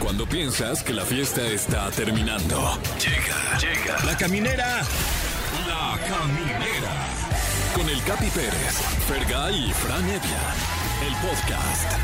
Cuando piensas que la fiesta está terminando. Llega, llega. La caminera. La caminera. Con el Capi Pérez, Fergay y Fran Evia. El podcast.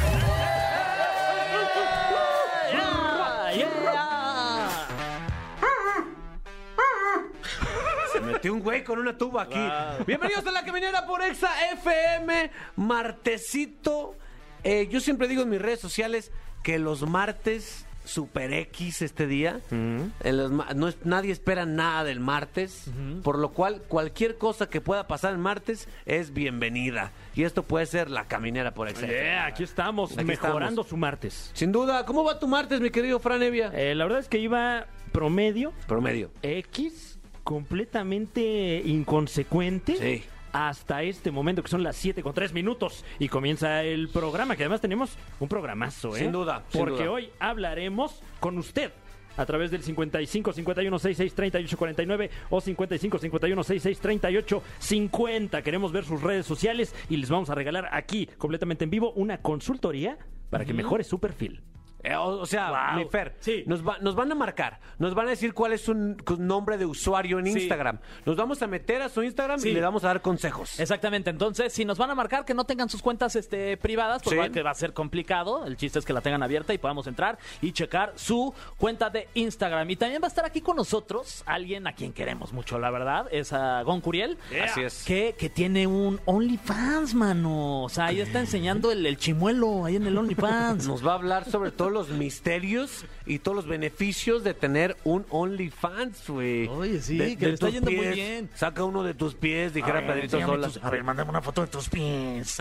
Se metió un güey con una tuba aquí. Bienvenidos a La Caminera por Exa FM. Martesito. Eh, yo siempre digo en mis redes sociales que los martes super X este día. En los ma- no es- nadie espera nada del martes. Por lo cual, cualquier cosa que pueda pasar el martes es bienvenida. Y esto puede ser La Caminera por Exa FM. Yeah, aquí estamos, Aquí mejorando estamos. su martes. Sin duda, ¿cómo va tu martes, mi querido Fran Evia? Eh, la verdad es que iba promedio Promedio. X, completamente inconsecuente. Sí. Hasta este momento, que son las 7 con 3 minutos, y comienza el programa, que además tenemos un programazo, ¿eh? Sin duda, sin Porque duda. hoy hablaremos con usted a través del 55 51 66 38 49 o 55 51 66 38 50. Queremos ver sus redes sociales y les vamos a regalar aquí, completamente en vivo, una consultoría para que mejore su perfil. Eh, o, o sea, Wow. mi Fer, Sí. nos, va- nos van a marcar, nos van a decir cuál es su n- cu- nombre de usuario en Instagram. Nos vamos a meter a su Instagram y le vamos a dar consejos. Exactamente, entonces si nos van a marcar que no tengan sus cuentas este, privadas, pues Sí. va, que va a ser complicado, el chiste es que la tengan abierta y podamos entrar y checar su cuenta de Instagram. Y también va a estar aquí con nosotros alguien a quien queremos mucho, la verdad, es a Gon Curiel, Así es. que, que tiene un OnlyFans, mano, o sea, ahí está enseñando el, el chimuelo ahí en el OnlyFans. Nos va a hablar sobre todos los misterios y todos los beneficios de tener un OnlyFans, güey. Oye, sí, De- que de le está tus yendo muy pies. bien. Saca uno de tus pies, dijera Pedrito enséñame Sola. tus- a ver, mándame una foto de tus pies.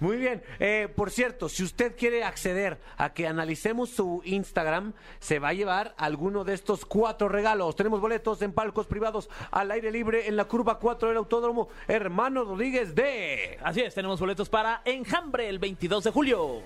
Muy bien. Eh, por cierto, si usted quiere acceder a que analicemos su Instagram, se va a llevar alguno de estos cuatro regalos. Tenemos boletos en palcos privados al aire libre en la curva 4 del Autódromo Hermano Rodríguez de... Así es, tenemos boletos para Enjambre el 22 de julio.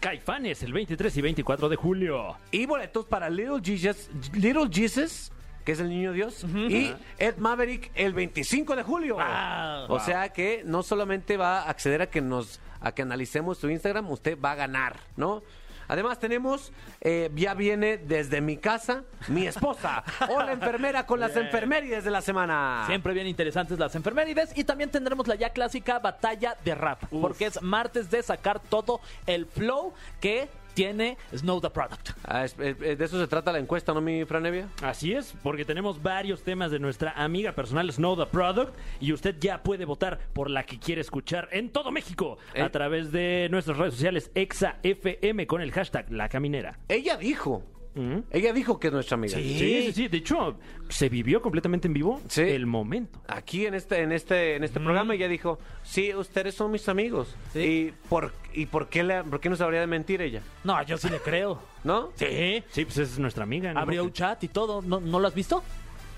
Caifanes, el 23 y 24 de julio. Y boletos para Little Jesus, Little Jesus que es el niño Dios, y Ed Maverick el 25 de julio. Ah, o wow. sea que no solamente va a acceder a que nos a que analicemos su Instagram, usted va a ganar, ¿no? Además tenemos, eh, ya viene desde mi casa, mi esposa, o la enfermera con las enfermerías de la semana. Siempre bien interesantes las enfermerides y también tendremos la ya clásica batalla de rap, porque es martes de sacar todo el flow que tiene Snow the Product. Ah, es- es- es- de eso se trata la encuesta, ¿no, mi Franevia? Así es, porque tenemos varios temas de nuestra amiga personal Snow the Product y usted ya puede votar por la que quiere escuchar en todo México Eh. a través de nuestras redes sociales ExaFM con el hashtag La Caminera. Ella dijo, Mm. ella dijo que es nuestra amiga. Sí, sí, sí. De hecho, se vivió completamente en vivo Sí. el momento. aquí en este en este en este programa ella dijo sí ustedes son mis amigos y por y por qué la- por qué nos habría de mentir ella No, yo sí le creo. no Sí. Sí, pues es nuestra amiga. ¿no? Abrió un chat y todo, ¿no, no lo has visto?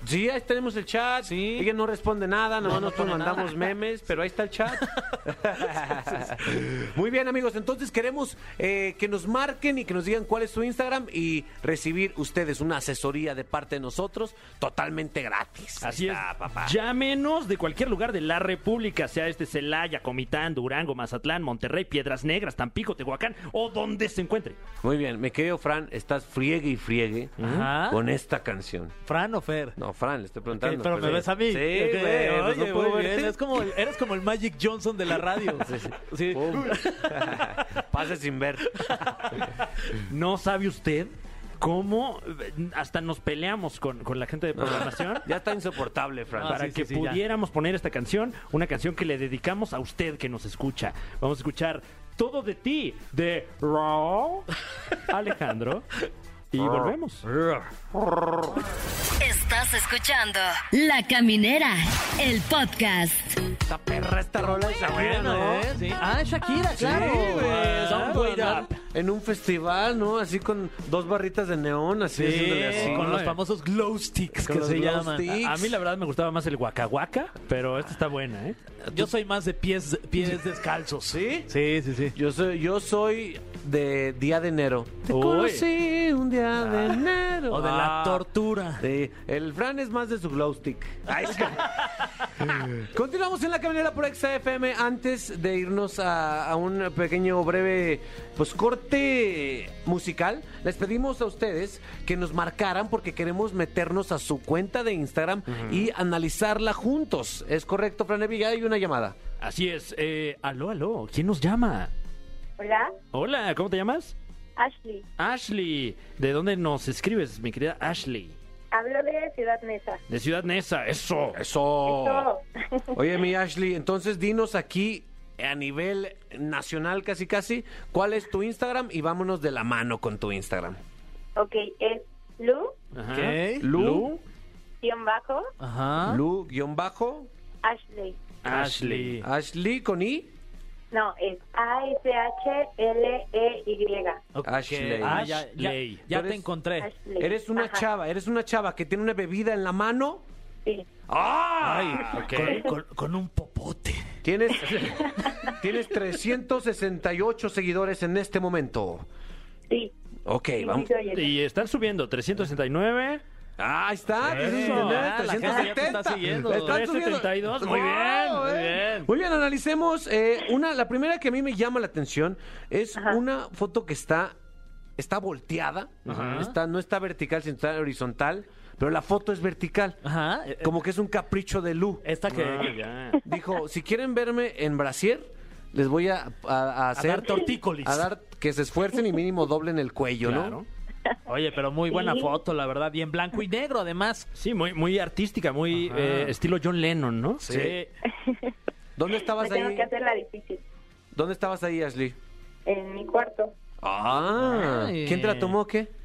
sí ahí tenemos el chat Sí. ella no responde nada nomás no nosotros pone nada. mandamos memes pero ahí está el chat muy bien amigos entonces queremos eh, que nos marquen y que nos digan cuál es su Instagram y recibir ustedes una asesoría de parte de nosotros totalmente gratis Así Ahí está, es. papá Llámenos de cualquier lugar de la República, sea este Celaya, Comitán, Durango, Mazatlán, Monterrey, Piedras Negras, Tampico, Tehuacán o donde se encuentre. muy bien mi querido Fran estás friegue y friegue Ajá. con esta canción Fran o Fer. No, Fran, le estoy preguntando. pero pues, me eh. ves a Sí, mí. Ok, güey, pues, no oye, puedo muy verte. bien, es como el- eres como el Magic Johnson de la radio. Sí. Pum. Pase sin ver. ¿No sabe usted cómo eh, hasta nos peleamos con, con la gente de programación? Ya está insoportable, Fran. Ah, Para sí, que sí, sí, ya. pudiéramos poner esta canción, una canción que le dedicamos a usted que nos escucha. Vamos a escuchar Todo de ti, de Raúl Alejandro. Y volvemos. Estás escuchando La Caminera, el podcast. Esta perra, esta rola de Shakira, ¿no? ¿eh? Sí. Ah, Shakira, claro. Sí, güey, Son claro, buenas. andar En un festival, ¿no? Así con dos barritas de neón, así. haciéndole así. con los eh. famosos glow sticks Con que los se glow llaman. sticks. A mí la verdad me gustaba más el guacahuaca, pero esta está buena, ¿eh? Yo soy más de pies, pies descalzos. ¿Sí? Sí, sí, sí. Yo soy, yo soy de Día de Enero. Te Uy. conocí un día de enero. O de la Ah. tortura. Sí, el Fran es más de su glow stick. Ay, es que- Continuamos en la caminera por Exa FM antes de irnos a, a un pequeño breve pues corte musical. Les pedimos a ustedes que nos marcaran porque queremos meternos a su cuenta de Instagram y analizarla juntos. ¿Es correcto, Fran Evia? Hay una llamada. Así es. eh, aló, aló. ¿Quién nos llama? Hola, Hola, ¿cómo te llamas? Ashley. Ashley. ¿De dónde nos escribes, mi querida Ashley? Hablo de Ciudad Neza. De Ciudad Neza. Eso. Eso. Todo. Oye, mi Ashley, entonces dinos aquí a nivel nacional casi casi, ¿cuál es tu Instagram? Y vámonos de la mano con tu Instagram. ok, es Lu, Ajá. Ok. Lu. guión bajo, Ajá. Lu-bajo, Ashley. Ashley. Ashley con I. No, es A-S-H-L-E-Y. Ok. Ashley. Ah, ya, ya, Ashley. ya Pero te es- encontré. Ashley. Eres una Ajá, chava, eres una chava que tiene una bebida en la mano. Sí. ¡Ah! Ok. Con, con un popote. Tienes, tienes 368 seguidores en este momento. Sí. Ok, sí, vamos. sí, soy esa. Y están subiendo 369. Ah, ahí está. Eso. tienes internet, Ah, la gente ya te está 370. siguiendo. Le están subiendo. 372, muy bien, Wow, muy eh. bien. Muy bien, analicemos. eh, una, la primera que a mí me llama la atención es Ajá. una foto que está, está volteada. Ajá. Está, no está vertical, sino está horizontal. Pero la foto es vertical. Ajá. eh, Como que es un capricho de Lu. Esta que. Ah, ya. Dijo, si quieren verme en Brasier, les voy a, a- a hacer... dar tortícolis. A dar que se esfuercen y mínimo doblen el cuello, Claro. ¿no? Oye, pero muy buena Sí. foto, la verdad. Y en blanco y negro, además. Sí, muy, muy artística, muy Ajá. eh, estilo John Lennon, ¿no? Sí. Eh, ¿Dónde Me estabas tengo ahí? que hacerla difícil. ¿Dónde estabas ahí, Ashley? En mi cuarto. Ah, Ay. ¿quién te la tomó o qué?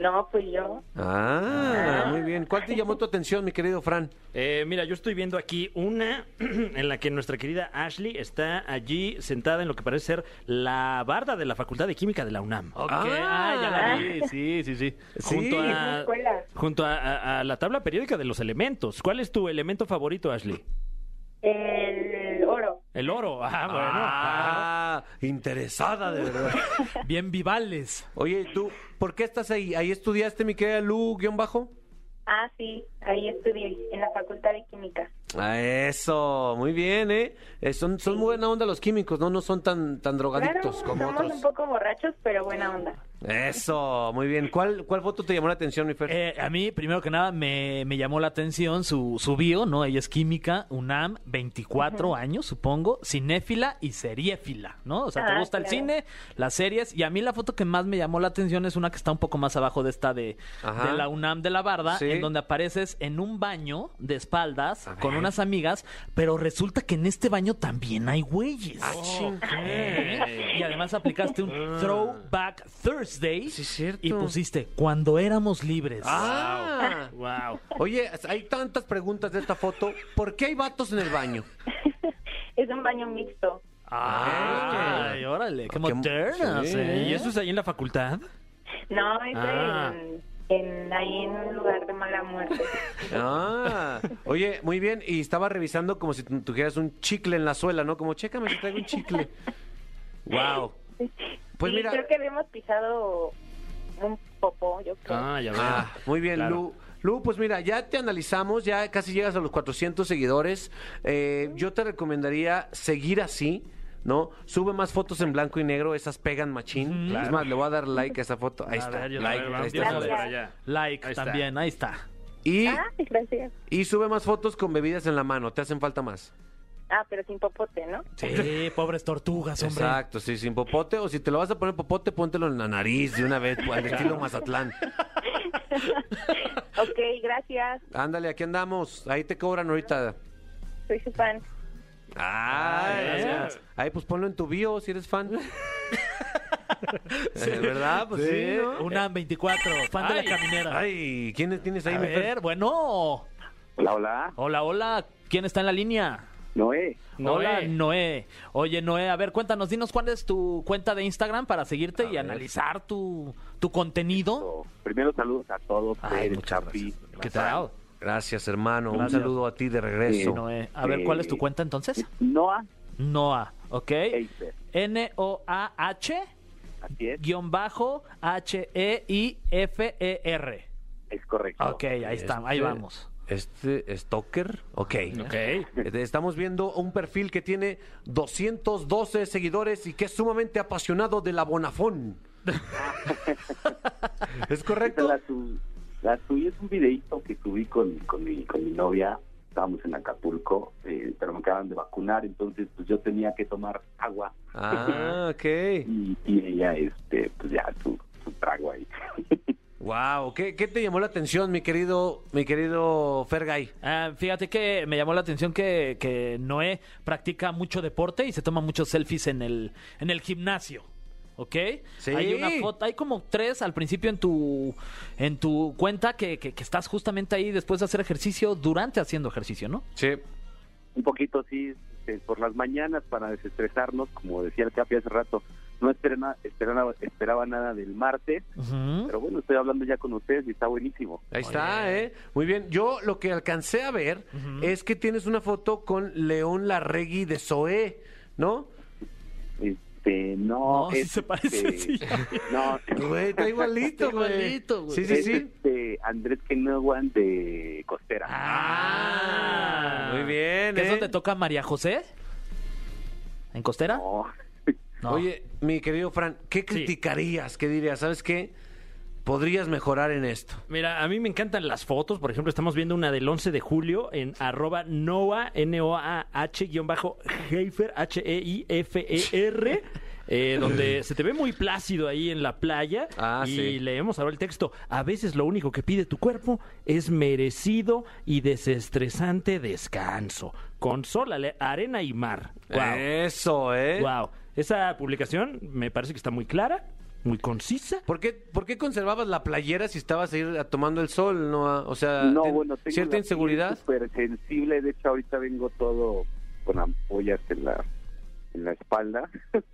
No, fui yo. Ah, muy bien. ¿Cuál te llamó tu atención, mi querido Fran? Eh, mira, yo estoy viendo aquí una en la que nuestra querida Ashley está allí sentada en lo que parece ser la barda de la Facultad de Química de la UNAM. Ok. Ah. Ah, ya la vi. Sí, sí, sí. Sí. Junto Es mi Ah. a, escuela. junto a, a- a la tabla periódica de los elementos. ¿Cuál es tu elemento favorito, Ashley? El oro. El oro. Ah, bueno. Ah. Ah, interesada de verdad. Bien vivales. Oye, ¿y tú por qué estás ahí? ¿Ahí estudiaste, mi querida Lu, guión bajo? Ah, sí. Ahí estudié, en la Facultad de Química. Ah, eso, muy bien, ¿eh? Eh, son, son muy buena onda los químicos, ¿no? No son tan, tan drogadictos Claro, como somos otros. un poco borrachos, pero buena onda. Eso, muy bien. ¿Cuál, ¿Cuál foto te llamó la atención, mi Fer? Eh, a mí, primero que nada, me, me llamó la atención su, su bio, ¿no? Ella es química, UNAM, 24 años, supongo, cinéfila y seriéfila, ¿no? O sea, te Ah, gusta el claro. cine, las series, y a mí la foto que más me llamó la atención es una que está un poco más abajo de esta de, Ajá. de la UNAM de la Barda, Sí. en donde apareces en un baño de espaldas con unas amigas, pero resulta que en este baño también hay güeyes. ¿Eh? Y además aplicaste un Throwback Thursday Sí, es cierto. y pusiste cuando éramos libres. ah, Wow. oye, hay tantas preguntas de esta foto. ¿Por qué hay vatos en el baño? Es un baño mixto. Ah, Ay, órale, qué modernas, sí. ¿eh? ¿Y eso es ahí en la facultad? No, es Ah. en, en- ahí en un lugar de mala muerte. Ah, oye, muy bien. Y estaba revisando como si tu- tuvieras un chicle en la suela, ¿no? Como, chécame si traigo un chicle. Wow. Pues y mira. creo que habíamos pisado un popó, yo creo. Ah, ya veo. Ah, muy bien, Claro. Lu. Lu, pues mira, ya te analizamos, ya casi llegas a los 400 seguidores. Eh, yo te recomendaría seguir así, ¿no? Sube más fotos en blanco y negro, esas pegan machín. Es más, le voy a dar like a esa foto. Ahí A está. ver, yo- a like, ver, ahí vamos, está. vamos Gracias. para allá. Like Ahí está. también, ahí está. Y, Ah, gracias. y sube más fotos con bebidas en la mano, te hacen falta más. Ah, pero sin popote, ¿no? Sí, pobres tortugas, hombre. Exacto, sí, sin popote. O si te lo vas a poner popote, póntelo en la nariz de una vez, al estilo Mazatlán. ok, gracias. Ándale, aquí andamos. Ahí te cobran ahorita. Soy su fan. Ay, Ah, gracias. Ay, pues ponlo en tu bio si eres fan. Eh, ¿Verdad? Pues sí. ¿no? Una 24, fan de Ay. la caminera. Ay, ¿quién tienes ahí? a mi Fer? ver, bueno. Hola, hola. Hola, hola. ¿Quién está en la línea? Noé. Noé. Hola, Noé. Oye, Noé, a ver, cuéntanos, dinos cuál es tu cuenta de Instagram para seguirte y analizar tu, tu contenido. Primero saludos a todos. Ay, Fer, muchas Chapi, ¿Qué tal? Gracias, hermano. Un Gracias. saludo a ti de Sí, regreso. Noé. A ver, ¿cuál es tu Eh, cuenta entonces? Noah Noah, ¿ok? Eiser. N-O-A-H. Así es, guión bajo E H-E-I-F-E-R. es correcto. E Ok, ahí está, ahí Este- vamos. Este Stalker, ok. Este, Ok. Estamos viendo un perfil que tiene 212 seguidores y que es sumamente apasionado de la Bonafón. ¿Es Esta correcto? es La, su- la suya es un videíto que subí con, con, mi, con mi novia. Estábamos en Acapulco, eh, pero me acaban de vacunar, entonces pues yo tenía que tomar agua Ah, ok. y, y ella, este, pues ya su, su trago ahí. Wow, ¿Qué, qué te llamó la atención, mi querido, mi querido Fergay? Ah, fíjate que me llamó la atención que, que Noé practica mucho deporte y se toma muchos selfies en el, en el gimnasio. ¿Ok? Sí. Hay una foto, hay como tres al principio en tu en tu cuenta que, que- que estás justamente ahí después de hacer ejercicio, durante haciendo ejercicio, ¿no? Sí. un poquito así este, por las mañanas para desestresarnos, como decía el Capi hace rato. No esperaba, esperaba, esperaba nada del martes, Ujú. pero bueno, estoy hablando ya con ustedes y está buenísimo. Ahí está, ¿eh? Muy bien. Yo lo que alcancé a ver es que tienes una foto con León Larregui de Zoé, ¿no? Este, no, No, sí este, se parece, sí. No, Güey, está igualito, Está güey. igualito, güey. Sí, sí, es sí. este Andrés Kenowan de Costera. Ah. Muy bien, ¿Qué ¿eh? es donde toca María José? ¿En Costera? No, No. Oye, mi querido Fran, ¿qué criticarías? ¿Qué dirías? ¿Sabes qué? Podrías mejorar en esto. Mira, a mí me encantan las fotos. Por ejemplo, estamos viendo una del 11 de julio en arroba Noah, N-O-A-H-Heifer, H-E-I-F-E-R. E eh, donde se te ve muy plácido ahí en la playa Ah, y sí. leemos ahora el texto. A veces lo único que pide tu cuerpo es merecido y desestresante descanso. Consólale, arena y mar. Guau. Eso, ¿eh? Wow. Esa publicación me parece que está muy clara, muy concisa. ¿Por qué, por qué conservabas la playera si estabas ahí a- tomando el sol, no? O sea, no, ten- bueno, tengo Ah, cierta la piel inseguridad. Súper sensible, de hecho ahorita vengo todo con ampollas en la en la espalda. pues,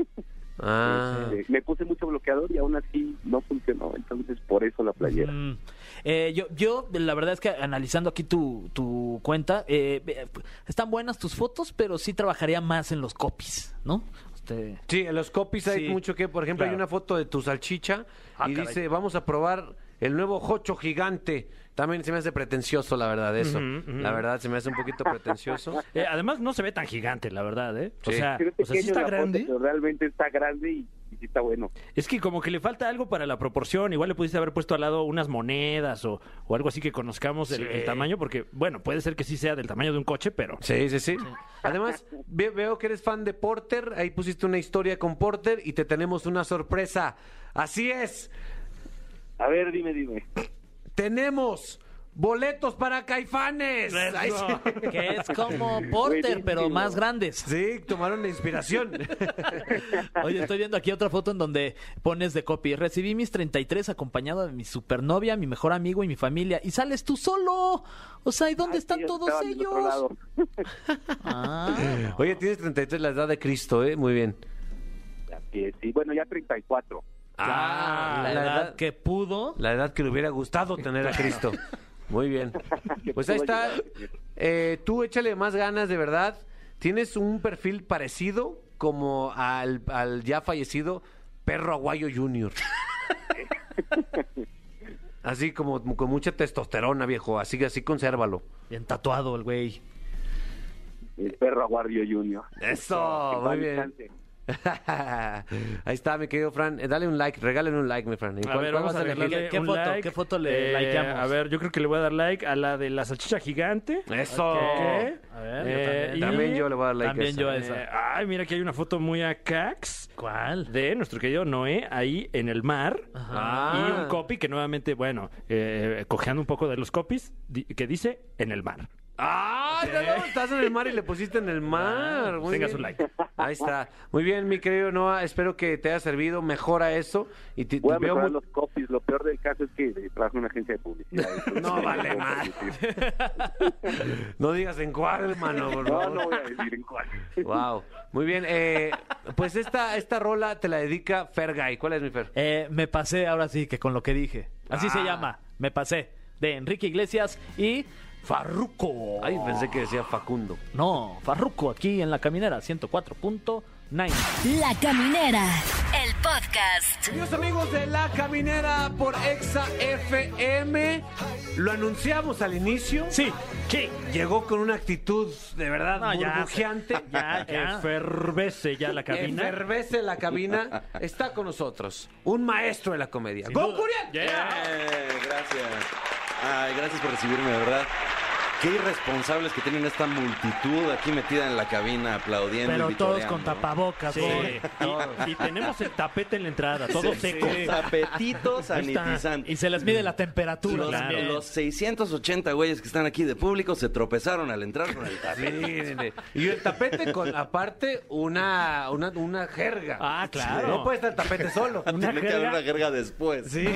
Ah. Este, me puse mucho bloqueador y aún así no funcionó, entonces por eso la playera. Mm. Eh, yo, yo, la verdad es que analizando aquí tu, tu cuenta, eh, eh, están buenas tus fotos, pero sí trabajaría más en los copies, ¿no? Este, Sí, en los copies hay Sí. mucho que, por ejemplo, hay Claro. una foto de tu salchicha Ah, y caray. dice, vamos a probar el nuevo jocho gigante. También se me hace pretencioso, la verdad, eso. Ujú, ujú. La verdad, se me hace un poquito pretencioso. Eh, además, no se ve tan gigante, la verdad, ¿eh? O Sí. sea, Se ve o sea, sí este pequeño está la foto, grande. pero realmente está grande y, y sí está bueno. Es que como que le falta algo para la proporción. Igual le pudiste haber puesto al lado unas monedas o, o algo así que conozcamos el, el tamaño, porque, bueno, puede ser que sí sea del tamaño de un coche, pero... Sí, sí, sí. Además, ve- veo que eres fan de Porter. Ahí pusiste una historia con Porter y te tenemos una sorpresa. Así es. A ver, dime, dime. Tenemos boletos para Caifanes. Ay, Pues sí. que es como Porter, pero más grandes. Sí, tomaron la inspiración. Oye, estoy viendo aquí otra foto en donde pones de copy. Recibí mis 33 acompañado de mi supernovia, mi mejor amigo y mi familia. Y sales tú solo. O sea, ¿y dónde Ay, están sí, todos estaban del otro ellos? lado. Ah, Oye, tienes 33, la edad de Cristo, ¿eh? Muy bien. Así es, sí, bueno, ya 34. Ah, la, edad, que pudo. La edad que le hubiera gustado tener a Cristo. Muy bien. Que Pues ahí pudo está. ayudar. Eh, tú échale más ganas, de verdad. Tienes un perfil parecido como al, al ya fallecido Perro Aguayo Jr. Así como con mucha testosterona, viejo. Así que así consérvalo. Bien tatuado el güey. El perro Aguario Junior. Eso, muy bien. Ahí está, mi querido Fran. Eh, dale un like, regálale un like, mi Fran. ¿Y cuál- cuál vas elegir? regalarle- ¿Qué- qué un Eh, foto- qué foto le likeamos? A ver, yo creo que le voy a dar like a la de la salchicha gigante. Eso. Ok. A ver, Eh, yo también. También yo le voy a dar like. a También esa. yo a Eh, esa. ay, mira que hay una foto muy a cax ¿Cuál? de nuestro querido Noé ahí en el mar. Ah. Y un copy que nuevamente, bueno, eh, cojeando un poco de los copies, di- que dice en el mar. Ah, ya no, estás en el mar y le pusiste en el mar. Muy Ah, pues tenga bien. su like. Ahí está. Muy bien, mi querido Noah. Espero que te haya servido. Mejora eso. Y te, Voy te a veo mejorar muy- los copies. Lo peor del caso es que eh, trabajo en una agencia de publicidad. Entonces, No vale puedo más. decir. No digas en cuál, hermano. por No, favor. no voy a decir en cuál. Wow. Muy bien. eh, pues esta, esta rola te la dedica Fergay. ¿Cuál es mi Fer? Eh, me pasé ahora sí que con lo que dije. Así se Ah. llama, me pasé. De Enrique Iglesias y Farruco. Ay, pensé que decía Facundo. No, Farruco aquí en la caminera 104.9. Nine. La Caminera, el podcast. Queridos amigos de La Caminera por Exa FM, lo anunciamos al inicio. Sí, sí. Llegó con una actitud de verdad No, ya, burbujeante. Ya, ya. Efervesce ya la cabina. Enfervece la cabina. Está con nosotros un maestro de la comedia. Sin ¡Gon duda. Curiel! Yeah. Eh, gracias. Ay, gracias por recibirme, de verdad. Qué irresponsables que tienen esta multitud aquí metida en la cabina aplaudiendo. y Pero todos vitoreando. con tapabocas, Sí. güey. Y, y tenemos el tapete en la entrada, todo seco. Con tapetito Ahí está. sanitizante. Y se les mide la temperatura Los, también. los 680 güeyes que están aquí de público se tropezaron al entrar con el tapete. Mírenle. Y el tapete con, aparte, una, una, una jerga. Ah, claro. No puede estar el tapete solo. Tiene que haber jerga. una jerga después. Sí,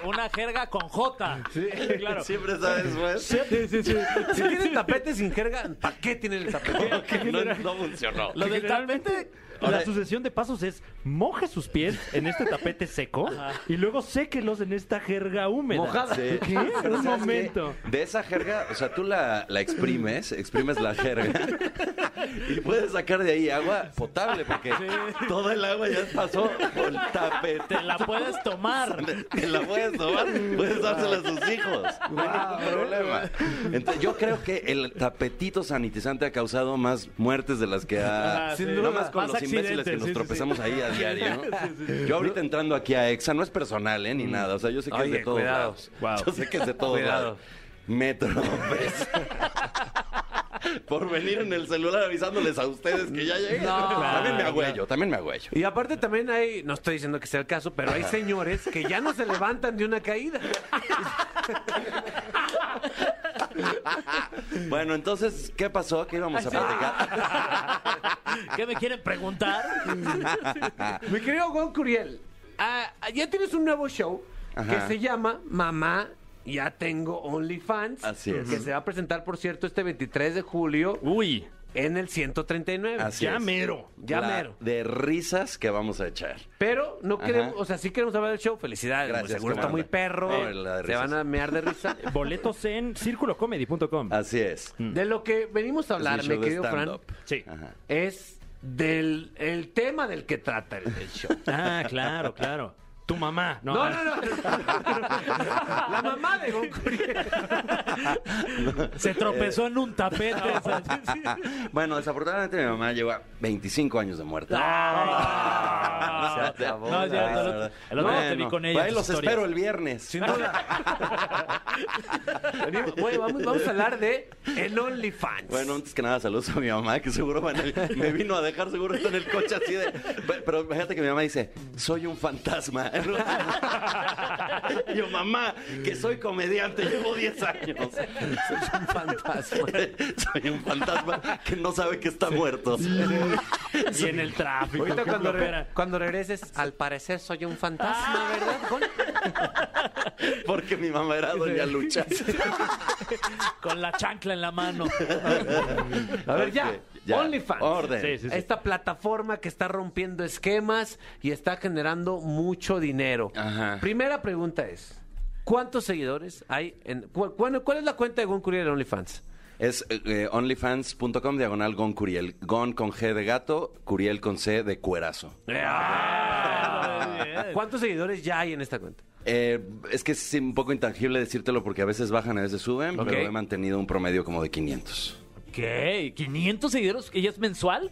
con una jerga con J. claro. Siempre sabes después. Si tienen tapete sin jerga, ¿para qué tienen el tapete? No, no funcionó. Lo del Generalmente, tapete. La Ahora- sucesión de pasos es moje sus pies en este tapete seco y luego séquelos en esta jerga húmeda. Mojada. Sí. ¿Qué? Pero Un ¿sabes qué? momento. De esa jerga, o sea, tú la, la exprimes, exprimes la jerga y puedes sacar de ahí agua potable porque todo el agua ya pasó por el tapete. Te la puedes tomar. Te la puedes tomar, puedes dársela a sus hijos. No hay ningún problema. Entonces, yo creo que el tapetito sanitizante ha causado más muertes de las que ha. Ah, sin no duda. más con Más los imbéciles accidentes, que nos sí, sí, sí. tropezamos ahí a diario. ¿no? Yo ahorita entrando aquí a Exa, no es personal, ¿eh? Ni nada. O sea, yo sé que es Mm. Oye, de todos cuidado. lados. Wow. Yo sé que es de todos Cuidado. lados. Me tropecé. pues. Por venir en el celular avisándoles a ustedes que ya llegué. también me agüello, también me agüello. Y aparte también hay, no estoy diciendo que sea el caso, pero hay señores que ya no se levantan de una caída. Bueno, entonces, ¿qué pasó? ¿Qué íbamos a Ah, platicar? ¿Qué me quieren preguntar? Mi querido Gon Curiel, ah, ya tienes un nuevo show que Ajá. se llama Mamá, ya tengo OnlyFans. Así es. Uh. Que se va a presentar, por cierto, este 23 de julio Uy, en el 139. Así ya es. mero. Ya La mero. De risas que vamos a echar. Pero no Ajá. queremos, o sea, sí queremos hablar del show. Felicidades. Gracias, seguro qué está buena muy onda. perro. No, la de se van risas. a mear de risa. Boletos en circulocomedy.com. Así es. De lo que venimos a hablar, Mm. Es mi mi show de querido Fran, stand-up. Sí. Ajá. es del el tema del que trata el, el show. Ah, claro, claro. Tu mamá. No, No, no, no. La mamá de Gon Curiel. Se tropezó en un tapete. Bueno, desafortunadamente mi mamá lleva 25 años de muerta. Ah, No, se acabó. de- No, ya, no, el no, otro- el no. otro día te Bueno, vi con ella. en Ahí tus los historias. espero el viernes. Sin duda. Venimos- Oye, vamos, vamos a hablar de el OnlyFans. Bueno, antes que nada, saludos a mi mamá, que seguro va en el- me vino a dejar, seguro está en el coche así de... Pe- Pero fíjate que mi mamá dice, soy un fantasma. Yo, mamá, que soy comediante, llevo 10 años. un fantasma. Soy un fantasma que no sabe que está muerto. Y en el tráfico. Ahorita qué cuando, re- flojera. cuando regreses, al parecer soy un fantasma, ¿verdad, Gon? Porque mi mamá era doña Lucha. Con la chancla en la mano. A ver, ya. Ok, Este, ya. OnlyFans. Orden. Sí, sí, sí. Esta plataforma que está rompiendo esquemas y está generando mucho dinero. Ajá. Primera pregunta es, ¿cuántos seguidores hay en... cu- cuál- ¿Cuál es la cuenta de Gon Curiel en OnlyFans? Es eh, eh, onlyfans.com diagonal gon curiel. Gon con G de gato, curiel con C de cuerazo. Ah, ¿Cuántos seguidores ya hay en esta cuenta? Eh, es que es un poco intangible decírtelo porque a veces bajan, a veces suben, Ok. pero he mantenido un promedio como de 500. ¿Qué? ¿500 seguidores? ¿Ella es mensual?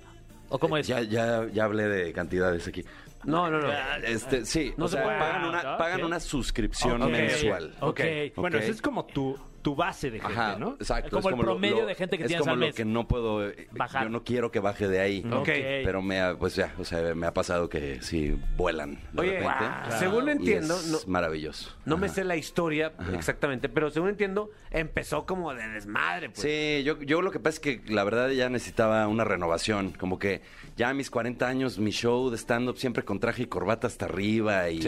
¿O cómo es? Ya, ya, ya hablé de cantidades aquí. No, no, no. Este, Ah. sí, No o se sea, puede. pagan una, Ah, pagan ok. una suscripción Ok, mensual. ok. Bueno, Ok. esa es como tu, tu base de gente, Ajá, ¿no? exacto. Como el lo- promedio lo- de gente que es tienes como al lo mes. que no puedo eh, Bajar. Mm. Yo no quiero que baje de ahí. Ok. Pero me ha, pues ya, o sea, me ha pasado que sí vuelan de Oye, repente. según Y entiendo, es no, maravilloso. no me Ajá. sé la historia exactamente, pero según entiendo, empezó como de desmadre. Pues. Sí, yo, yo lo que pasa es que la verdad ya necesitaba una renovación. Como que ya a mis 40 años, mi show de stand-up siempre con traje y corbata hasta arriba y,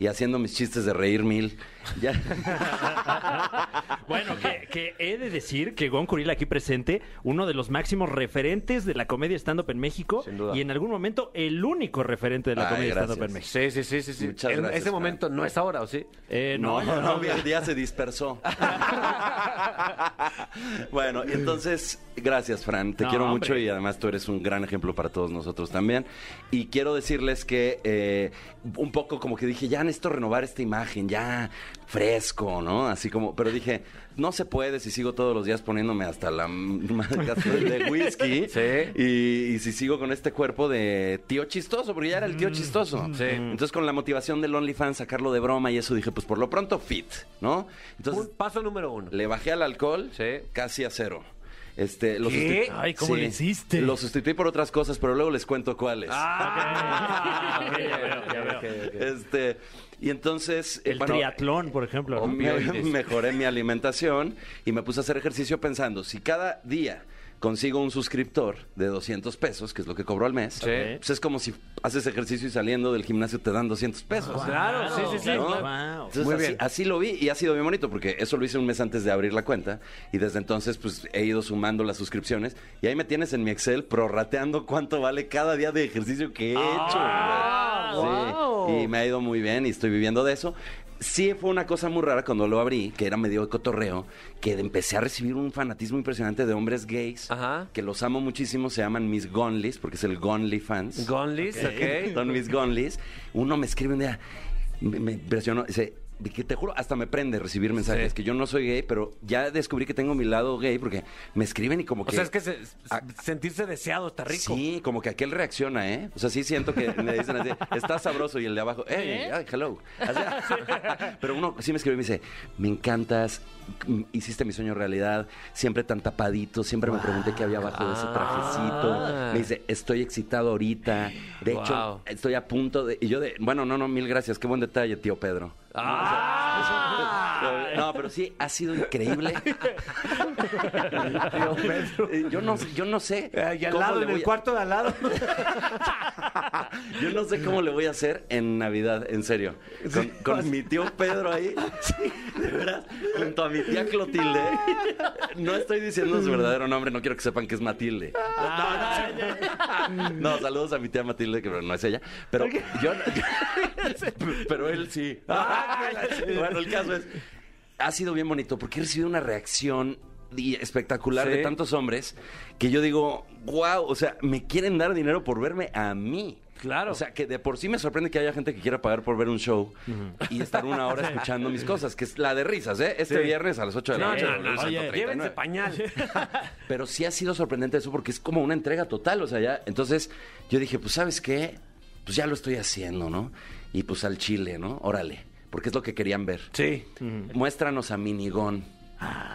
y haciendo mis chistes de reír mil. Ya. Bueno, que, que he de decir que Gon Curiel aquí presente, uno de los máximos referentes de la comedia stand-up en México. Sin duda. Y en algún momento, el único referente de la Ay, comedia gracias. stand-up en México. Sí, sí, sí, sí. sí. Muchas En gracias, ese Fran. momento no es ahora, ¿o sí? Eh, No, no, no, bien. el día se dispersó. bueno, y entonces, gracias, Fran. Te No, quiero hombre. mucho y además tú eres un gran ejemplo para todos nosotros también. Y quiero decirles que eh, un poco como que dije, ya necesito renovar esta imagen, ya fresco, ¿no? Así como, pero dije, no se puede si sigo todos los días poniéndome hasta la marca de whisky. Sí. Y, y si sigo con este cuerpo de tío chistoso, porque ya era el tío chistoso. sí. Entonces, con la motivación del OnlyFans, sacarlo de broma y eso, dije, pues por lo pronto, fit, ¿no? Entonces, Un paso número uno. le bajé al alcohol Sí. casi a cero. Este, lo ¿Qué? sustitu- Ay, ¿cómo le hiciste? Lo sustituí por otras cosas, pero luego les cuento cuáles. Ah, ok, ya veo, ya veo. Este, y entonces... eh, El bueno, triatlón, por ejemplo. ¿no? me- mejoré mi alimentación y me puse a hacer ejercicio pensando, si cada día consigo un suscriptor de 200 pesos, que es lo que cobro al mes, pues es como si haces ejercicio y saliendo del gimnasio te dan 200 pesos. Pues Claro, sí, sí, sí. ¿no? Wow. Entonces, Muy así, bien. así lo vi y ha sido bien bonito porque eso lo hice un mes antes de abrir la cuenta y desde entonces pues he ido sumando las suscripciones y ahí me tienes en mi Excel prorrateando cuánto vale cada día de ejercicio que he Ah, hecho. güey. Sí, Y me ha ido muy bien y estoy viviendo de eso. Sí fue una cosa muy rara cuando lo abrí, que era medio de cotorreo, que empecé a recibir un fanatismo impresionante de hombres gays, Ajá. que los amo muchísimo, se llaman mis Gonlis, porque es el Gonly fans. Gonlis, Ok, ok. Don Miss Gonlis. Uno me escribe un día, me, me impresionó, dice, que te juro, hasta me prende recibir mensajes, que yo no soy gay, pero ya descubrí que tengo mi lado gay porque me escriben y como que... O sea, es que se- Ah. sentirse deseado está rico. Sí, como que aquel reacciona, ¿eh? O sea, sí siento que me dicen así, está sabroso y el de abajo, hey, ¿Eh? ay, hello. Así- pero uno sí me escribe y me dice, me encantas, m- hiciste mi sueño realidad, siempre tan tapadito, siempre me pregunté qué había abajo de ese Ah. trajecito. Me dice, estoy excitado ahorita, de Wow. hecho, estoy a punto de... Y yo de, bueno, no, no, mil gracias, qué buen detalle, tío Pedro. Ah. No, pero sí, ha sido increíble. Tío Pedro. Yo no, yo no sé. Eh, y al cómo lado, le en el voy a- cuarto de al lado. Yo no sé cómo le voy a hacer en Navidad, en serio. Con, con mi tío Pedro ahí, de verdad, junto a mi tía Clotilde. No estoy diciendo su verdadero nombre, no quiero que sepan que es Matilde. Ah, No, no, no. No, saludos a mi tía Matilde, que no es ella. Pero yo. Pero él sí. Ah, Bueno, el caso es. Ha sido bien bonito porque he recibido una reacción y- espectacular Sí. de tantos hombres que yo digo, wow, o sea, me quieren dar dinero por verme a mí. Claro. O sea, que de por sí me sorprende que haya gente que quiera pagar por ver un show y estar una hora escuchando mis cosas, que es la de risas, ¿eh? Este viernes a las 8 de la No, noche. no, no, no. Oye, Llévense pañal. pero sí ha sido sorprendente eso porque es como una entrega total, o sea, ya. Entonces yo dije, pues sabes qué, pues ya lo estoy haciendo, ¿no? Y pues al chile, ¿no? Órale, porque es lo que querían ver. Sí. Ah. Muéstranos a Minigón.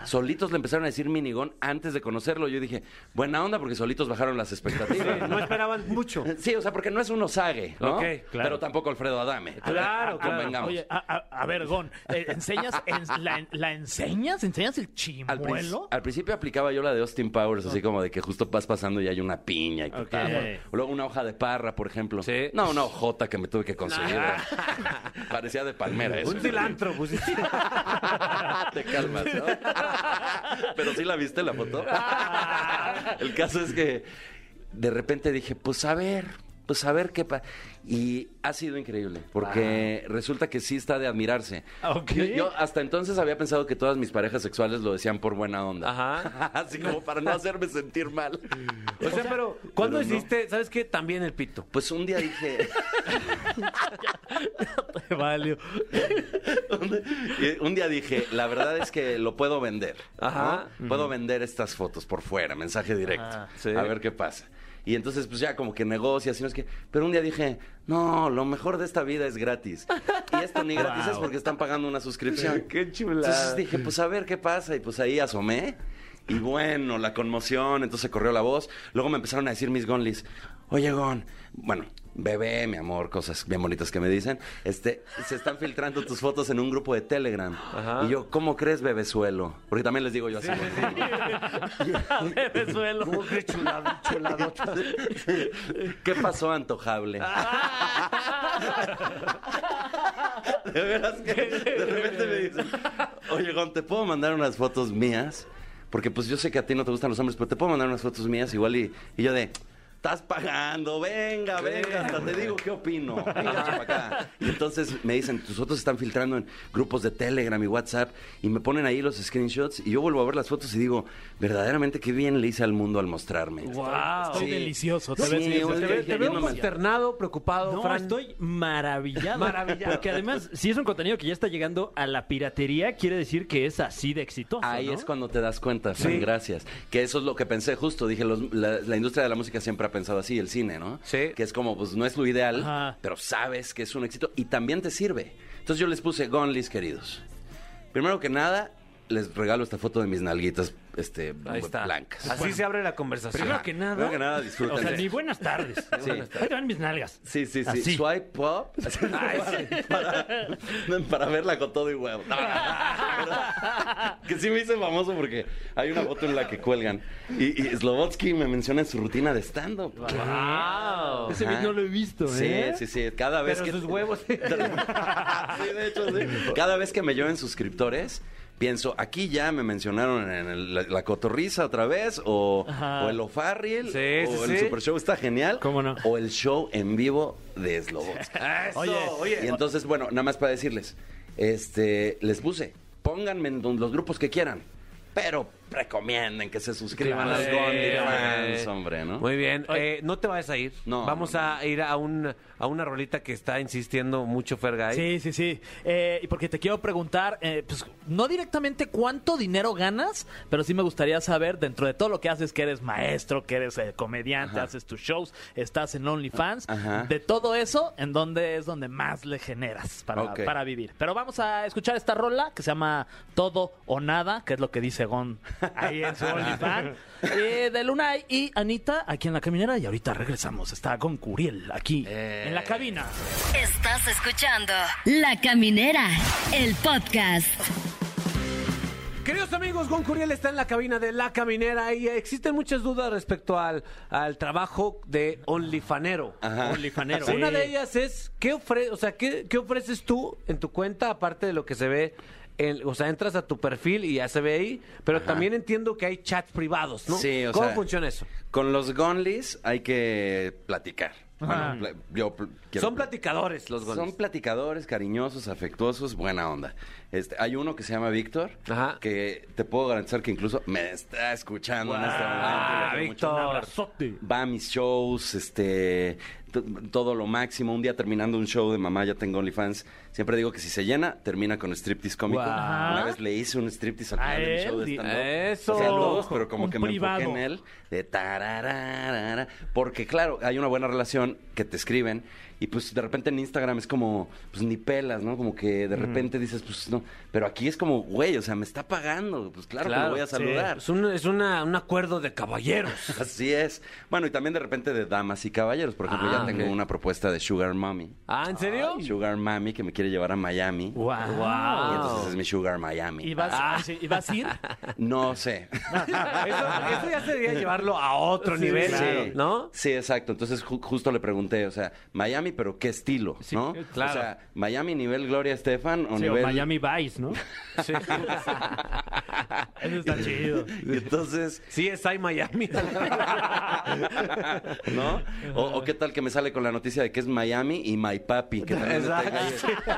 Solitos le empezaron a decir Minigón antes de conocerlo. Yo dije, buena onda porque solitos bajaron las expectativas. No esperaban mucho. Sí, o sea, porque no es un osague, ¿no? Ok, claro. Pero tampoco Alfredo Adame. Claro, claro. Convengamos. Oye, a, a- a ver, Gon, eh, ¿enseñas, en- la, la enseñas? ¿Enseñas el Al, prin- chimuelo? al principio aplicaba yo la de Austin Powers, así como de que justo vas pasando y hay una piña y te tapan. O Luego una hoja de parra, por ejemplo. Sí. No, una hojota que me tuve que conseguir. Parecía de palmera eso. Un cilantro, pues. Te calmas, ¿no? Pero sí la viste la foto. El caso es que de repente dije, pues a ver, pues a ver qué pasa. Y ha sido increíble, porque resulta que sí está de admirarse. Ok. Yo, yo hasta entonces había pensado que todas mis parejas sexuales lo decían por buena onda. Ajá. Así como para no hacerme sentir mal. O sea, Pues, pero ¿cuándo pero no. hiciste, sabes qué? También el pito. Pues un día dije, Te valió. Y un día dije, la verdad es que lo puedo vender. ¿no? Ajá. Puedo vender estas fotos por fuera, mensaje directo. Ah, sí. A ver qué pasa. Y entonces, pues ya como que negocias y no es que. Pero un día dije, no, lo mejor de esta vida es gratis. Y esto ni gratis es porque están pagando una suscripción. Qué chulada. Entonces dije, pues a ver qué pasa. Y pues ahí asomé. Y bueno, la conmoción, entonces corrió la voz. Luego me empezaron a decir mis gonlis, oye Gon, bueno, bebé, mi amor, cosas bien bonitas que me dicen. Este, se están filtrando tus fotos en un grupo de Telegram. Y yo, ¿cómo crees, bebezuelo? Porque también les digo yo así. güey. Bebezuelo. ¿Qué pasó, antojable? De veras que de repente me dicen, Oye, Gon, ¿te puedo mandar unas fotos mías? Porque pues yo sé que a ti no te gustan los hombres, pero te puedo mandar unas fotos mías igual y, y yo de... Estás pagando, venga, venga, hasta te digo qué opino. Venga, echa pa' acá". Y entonces me dicen, tus fotos se están filtrando en grupos de Telegram y WhatsApp y me ponen ahí los screenshots y yo vuelvo a ver las fotos y digo, verdaderamente qué bien le hice al mundo al mostrarme. Wow. Sí. delicioso, te Sí, ves delicioso. oye, Te, ve- dije, te veo "No mames". consternado, preocupado, No, Fran. estoy maravillado. maravillado. Porque además, si es un contenido que ya está llegando a la piratería, quiere decir que es así de exitoso. Ahí ¿no? es cuando te das cuenta, Fran, Sí. gracias. Que eso es lo que pensé justo. Dije, los- la, la industria de la música siempre ha pensado así, el cine, ¿no? Sí. Que es como, pues no es lo ideal, Ajá. pero sabes que es un éxito y también te sirve. Entonces yo les puse Gonlis, queridos. Primero que nada, les regalo esta foto de mis nalguitas este, Ahí está. blancas. Así se abre la conversación. Primero que nada. Primero que nada, O sea, disfrútense. ni buenas tardes. Ahí te van mis nalgas. Sí, sí, sí. Así. Swipe up. para, para verla con todo y huevo. No, no, no. Pero- que sí me hice famoso porque hay una foto en la que cuelgan. Y, y Slobotsky me menciona en su rutina de stand-up. Wow. Ese bit no lo he visto, ¿eh? Sí, sí, sí. Cada vez Pero que. sus huevos. sí, de hecho, sí. Cada vez que me lleven suscriptores. Pienso, aquí ya me mencionaron en el- la, la cotorriza otra vez, o, Ajá. o el O'Farrill, Sí, sí, o el sí. Super Show está genial, ¿Cómo no? o el show en vivo de Slobotsky. Oye, Y entonces, bueno, nada más para decirles, este, les puse, pónganme en don- los grupos que quieran, pero recomienden que se suscriban Claro. al Sí, Gondi Fans, hombre. hombre, ¿no? Muy bien, eh, no te vayas a ir. No, Vamos no, a ir a, un, a una rolita que está insistiendo mucho Fergay. Sí, sí, sí. Eh, y porque te quiero preguntar, eh, pues, no directamente cuánto dinero ganas, pero sí me gustaría saber, dentro de todo lo que haces, que eres maestro, que eres eh, comediante, haces tus shows, estás en OnlyFans, Ajá. de todo eso, ¿en dónde es donde más le generas para, Ok. para vivir? Pero vamos a escuchar esta rola que se llama Todo o Nada, que es lo que dice Gon ahí en su OnlyFans, eh, de Luna y Anita aquí en La Caminera, y ahorita regresamos. Está Gon Curiel aquí en Eh. La Cabina. Estás escuchando La Caminera, el podcast. Queridos amigos, Gon Curiel está en la cabina de La Caminera y existen muchas dudas respecto al, al trabajo de OnlyFanero. Olifanero. Una de ellas es, ¿qué, ofre o sea, ¿qué, qué ofreces tú en tu cuenta aparte de lo que se ve? en- o sea, entras a tu perfil y ya se ve ahí, pero también entiendo que hay chats privados, ¿no? Sí, o ¿Cómo sea, funciona eso? Con los Gonlis hay que platicar. Bueno, pla- yo pl- quiero- Son platicadores los Gonz. Son platicadores, cariñosos, afectuosos, buena onda. Este, hay uno que se llama Víctor, Ajá. que te puedo garantizar que incluso me está escuchando en este momento. Ah, Lo quiero mucho. Víctor. va a mis shows, este, t- todo lo máximo. Un día terminando un show de mamá, ya tengo OnlyFans. Siempre digo que si se llena, termina con striptease cómico. Guau. Una vez le hice un striptease al ¿A final de mi él? show de stand-up. Eso. O sea, dos, pero como Un que me privado. enfoqué en él. De tarararara. Porque, claro, hay una buena relación que te escriben. Y pues de repente en Instagram es como, pues ni pelas, ¿no? Como que de repente dices, pues no. Pero aquí es como, güey, o sea, me está pagando. Pues claro, que Claro, lo voy a sí. saludar. Es, un, es una- un acuerdo de caballeros. Así es. Bueno, y también de repente de damas y caballeros. Por ejemplo, Ah, ya tengo ok. una propuesta de Sugar Mommy. Ah, ¿en serio? Sugar Mommy que me quiere llevar a Miami. Wow. Y entonces es mi Sugar Miami. ¿Y vas, Ah. sí, ¿y vas a ir? No sé. Eso, eso ya sería llevarlo a otro nivel, Sí. ¿no? Sí, exacto. Entonces ju- justo le pregunté, o sea, Miami, pero ¿qué estilo? ¿No? claro. O sea, Miami nivel Gloria Estefan o Sí, o nivel... Miami Vice, ¿no? Eso está chido. Y entonces... Sí, está en Miami. ¿No? O, o qué tal que me sale con la noticia de que es Miami y My Papi. Que también está Exacto.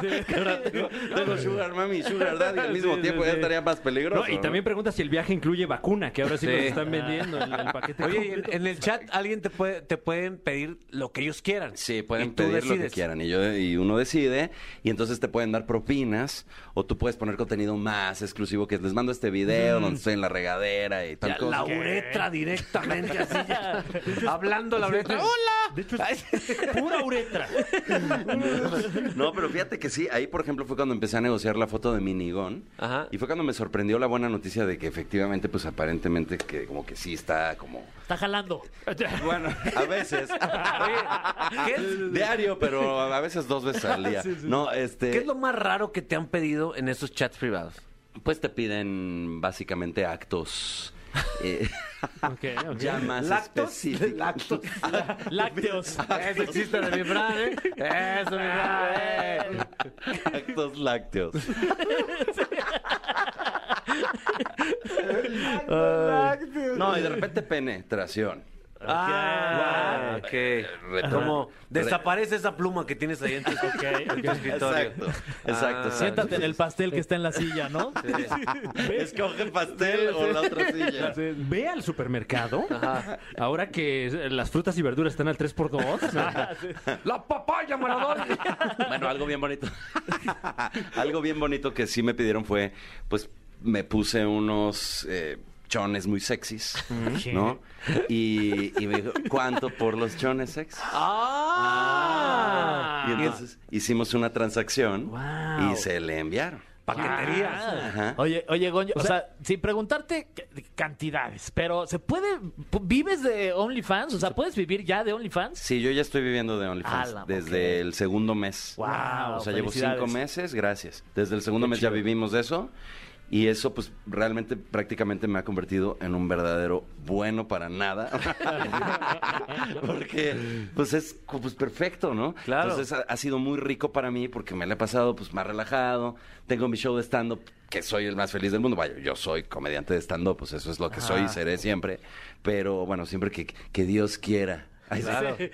ahí. Que ahora tengo, tengo Sugar Mami y Sugar Daddy al mismo Sí, tiempo, sí, ya sí. estaría más peligroso. No, y ¿no? Ah. también pregunta si el viaje incluye vacuna, que ahora sí, Sí. nos están vendiendo el, el paquete. Oye, y en, completo. en el chat alguien te puede, te pueden pedir lo que ellos quieran. Sí, Y pueden tú pedir lo que decides. quieran y, yo, y uno decide y entonces te pueden dar propinas o tú puedes poner contenido más exclusivo que les mando este video donde estoy en la regadera y tal Ya, cosa. la uretra directamente así ya. Hablando la uretra. ¡Hola! De hecho, es pura uretra. No, pero fíjate que sí, ahí por ejemplo fue cuando empecé a negociar la foto de Minigón Ajá. y fue cuando me sorprendió la buena noticia de que efectivamente pues aparentemente que como que sí está como... Está jalando. Bueno, a veces. Oye, ¿qué es, Diario, pero a veces dos veces al día. No, este... qué es lo más raro que te han pedido en esos chats privados? Pues te piden básicamente actos. eh, Ok, ok. ya más Lactos, específicos. lactos. Lácteos. Eso existe de mi Fran, ¿eh? Eso, mi Fran, ¿eh? Productos lácteos. No, y de repente penetración. Ah, Eh, reto- Como re- desaparece esa pluma que tienes ahí en tu, en tu escritorio. Ah, Exacto, exacto. Siéntate en el pastel que está en la silla, ¿no? Escoge pastel o la otra silla. Ve al supermercado. Ahora que eh, las frutas y verduras están al Ah, 3x2. ¡La papaya, Maradona! Bueno, algo bien bonito. algo bien bonito que sí me pidieron fue, pues me puse unos eh, chones muy sexys, ¿no? Y, y me dijo, ¿cuánto por los chones sexys? Ah, Y entonces hicimos una transacción Wow. y se le enviaron. paquetería. Ah. Ajá. Oye, oye, Goño, o sea, sin preguntarte c- cantidades, pero ¿se puede, pu- vives de OnlyFans? O sea, ¿puedes vivir ya de OnFans? Sí, yo ya estoy viviendo de A la OnlyFans desde madre. el segundo mes. Wow, O sea, llevo cinco felicidades. meses, gracias. Desde el segundo mes ya vivimos de eso. Y eso, pues, realmente, prácticamente me ha convertido en un verdadero bueno para nada. porque, pues, es pues, perfecto, ¿no? Claro. Entonces, ha, ha sido muy rico para mí porque me la he pasado, pues, más relajado. Tengo mi show de stand-up, que soy el más feliz del mundo. Vaya, yo soy comediante de stand-up, pues, eso es lo que soy y seré siempre. Pero, bueno, siempre que, que Dios quiera. Ay, sí.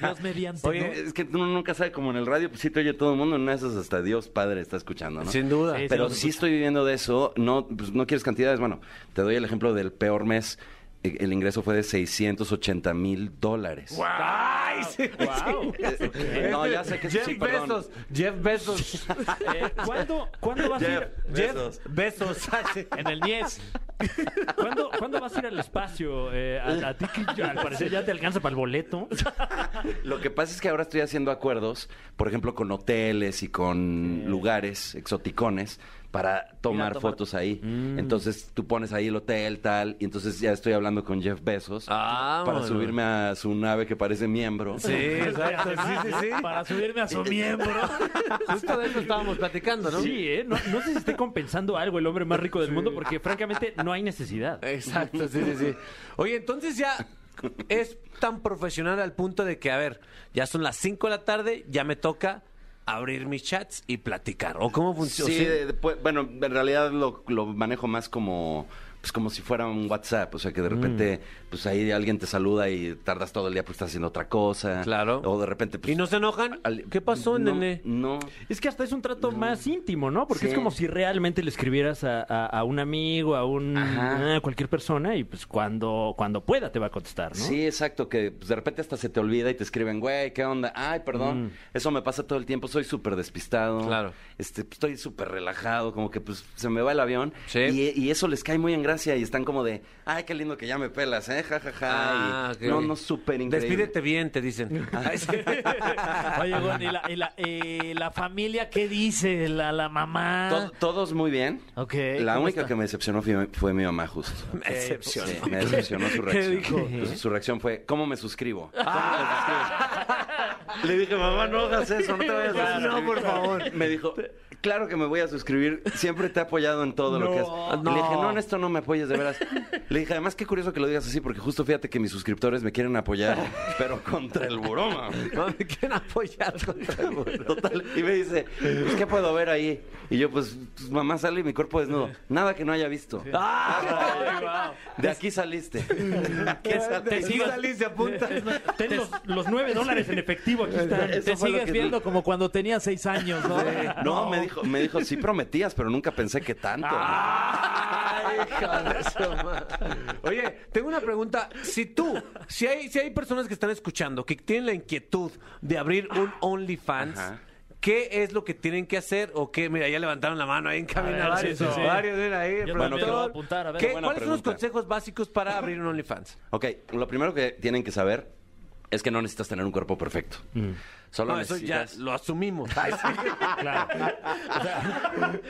Dios mediante, ¿no? Oye, es que uno nunca sabe, como en el radio, pues sí te oye todo el mundo, en una de esas hasta Dios Padre está escuchando, ¿no? Sin duda. Sí, Pero nos sí estoy viviendo de eso, no, pues, no quieres cantidades, bueno, te doy el ejemplo del peor mes, eh, el ingreso fue de 680 mil dólares. ¡Ay! sí. Ah, Wow. Eh, No, ya sé que eso Jeff sí, perdón. Bezos. Jeff Bezos. Eh, ¿Cuándo, ¿cuándo, vas a Jeff, ir, Jeff Bezos. Bezos. En el 10. ¿cuándo, cuándo vas a ir al espacio? Eh, a, a ti que ya, al parecer ya te alcanza para el boleto. Lo que pasa es que ahora estoy haciendo acuerdos, por ejemplo, con hoteles y con lugares exoticones para tomar, tomar- fotos ahí. Mm. Entonces tú pones ahí el hotel, tal, y entonces ya estoy hablando con Jeff Bezos Ah, para bueno. subirme a su nave que parece miembro. Sí, exacto. Sí, sí, sí. Para subirme a su miembro. Justo de eso estábamos platicando, ¿no? Sí, ¿eh? No, no sé si esté compensando algo el hombre más rico del mundo porque francamente no hay necesidad. Exacto, sí, sí, sí. Oye, entonces ya es tan profesional al punto de que, a ver, ya son las 5 de la tarde, ya me toca abrir mis chats y platicar. ¿O cómo Sí, funciona? de- de- pues, bueno, en realidad lo, lo manejo más como pues como si fuera un WhatsApp, o sea Mm. que de repente pues ahí alguien te saluda y tardas todo el día pues estás haciendo otra cosa. Claro. O de repente pues, ¿Y no se enojan? al- ¿Qué pasó, no, nene? No. Es que hasta es un trato más íntimo, ¿no? Porque Mm. Sí. es como si realmente le escribieras a, a- a un amigo, a un Ajá. a cualquier persona y pues cuando, cuando pueda te va a contestar, ¿no? Sí, exacto, que pues, de repente hasta se te olvida y te escriben, güey, ¿qué onda? Ay, perdón, eso me pasa todo el tiempo, soy súper despistado. Mm. Claro. Este, pues, estoy súper relajado, como que pues se me va el avión. Sí. Y, y eso les cae muy en gracia y están como de, ay, qué lindo que ya me pelas, ¿eh? Ja, ja, ja. Ah, y, ok. No, no, súper increíble. Despídete bien, te dicen. Ay, sí. Oye, Goño, ¿y la, y la, eh, la familia qué dice? La, la mamá. To- todos muy bien. Ok, La ¿cómo única está? que me decepcionó fue, fue mi mamá justo. Me decepcionó. Sí, me decepcionó su reacción. dijo? Entonces, su reacción fue, ¿cómo me suscribo? ¿Cómo me suscribo? Le dije, mamá, no hagas eso, no te vayas a suscribir. No, por favor. Me dijo, claro que me voy a suscribir, siempre te he apoyado en todo lo que haces. Le dije, no, en esto no me apoyes, de veras. Le dije, además, qué curioso que lo digas así, porque justo fíjate que mis suscriptores me quieren apoyar, pero contra el buró, mamá. No me quieren apoyar. Total. Y me dice, "Pues, ¿qué puedo ver ahí? Y yo, pues, pues, mamá sale y mi cuerpo desnudo. Nada que no haya visto. ¡Ah! De aquí saliste. ¿Qué Te sigo, Alicia, apunta. Ten los, los nueve dólares en efectivo, aquí están. Eso Te fue lo sigues que- viendo como cuando tenía seis años, ¿no? No, me dijo, me dijo, sí prometías, pero nunca pensé que tanto. Ay, hija de su madre. Oye, tengo una pregunta. Si tú, si hay, si hay personas que están escuchando que tienen la inquietud de abrir un OnlyFans, Ajá. ¿qué es lo que tienen que hacer? O qué, mira, ya levantaron la mano ahí en cabina A ver, varios. sí, sí, sí. Varios mira, ahí. el Yo también productor. lo voy a apuntar, a ver. ¿Qué- Buena ¿Cuáles son los pregunta. consejos básicos para abrir un OnlyFans? Ok, lo primero que tienen que saber es que no necesitas tener un cuerpo perfecto. Solo No, eso ya necesitas... lo asumimos. Ah, Claro. O sea,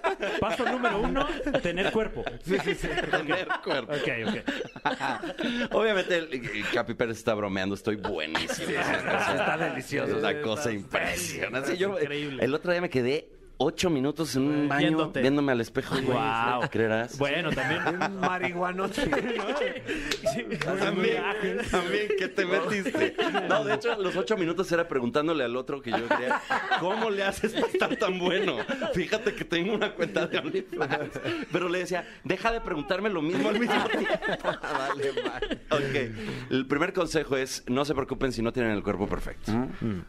paso número uno, tener cuerpo. tener cuerpo. Ok, ok. Obviamente, el, el Capi Pérez está bromeando, estoy buenísimo. O sea, está delicioso. Es una cosa impresionante. Sí, yo, increíble. El otro día me quedé ocho minutos en un baño Viéndote. viéndome al espejo. güey. Guau. ¿Creerás? Bueno, también. Un marihuanote. También, también, ¿qué te metiste? No, de hecho, los ocho minutos era preguntándole al otro que yo quería, ¿cómo le haces para estar tan bueno? Fíjate que tengo una cuenta de OnlyFans. Pero le decía, deja de preguntarme lo mismo al mismo tiempo. Ah, Vale, vale. Ok, el primer consejo es, no se preocupen si no tienen el cuerpo perfecto.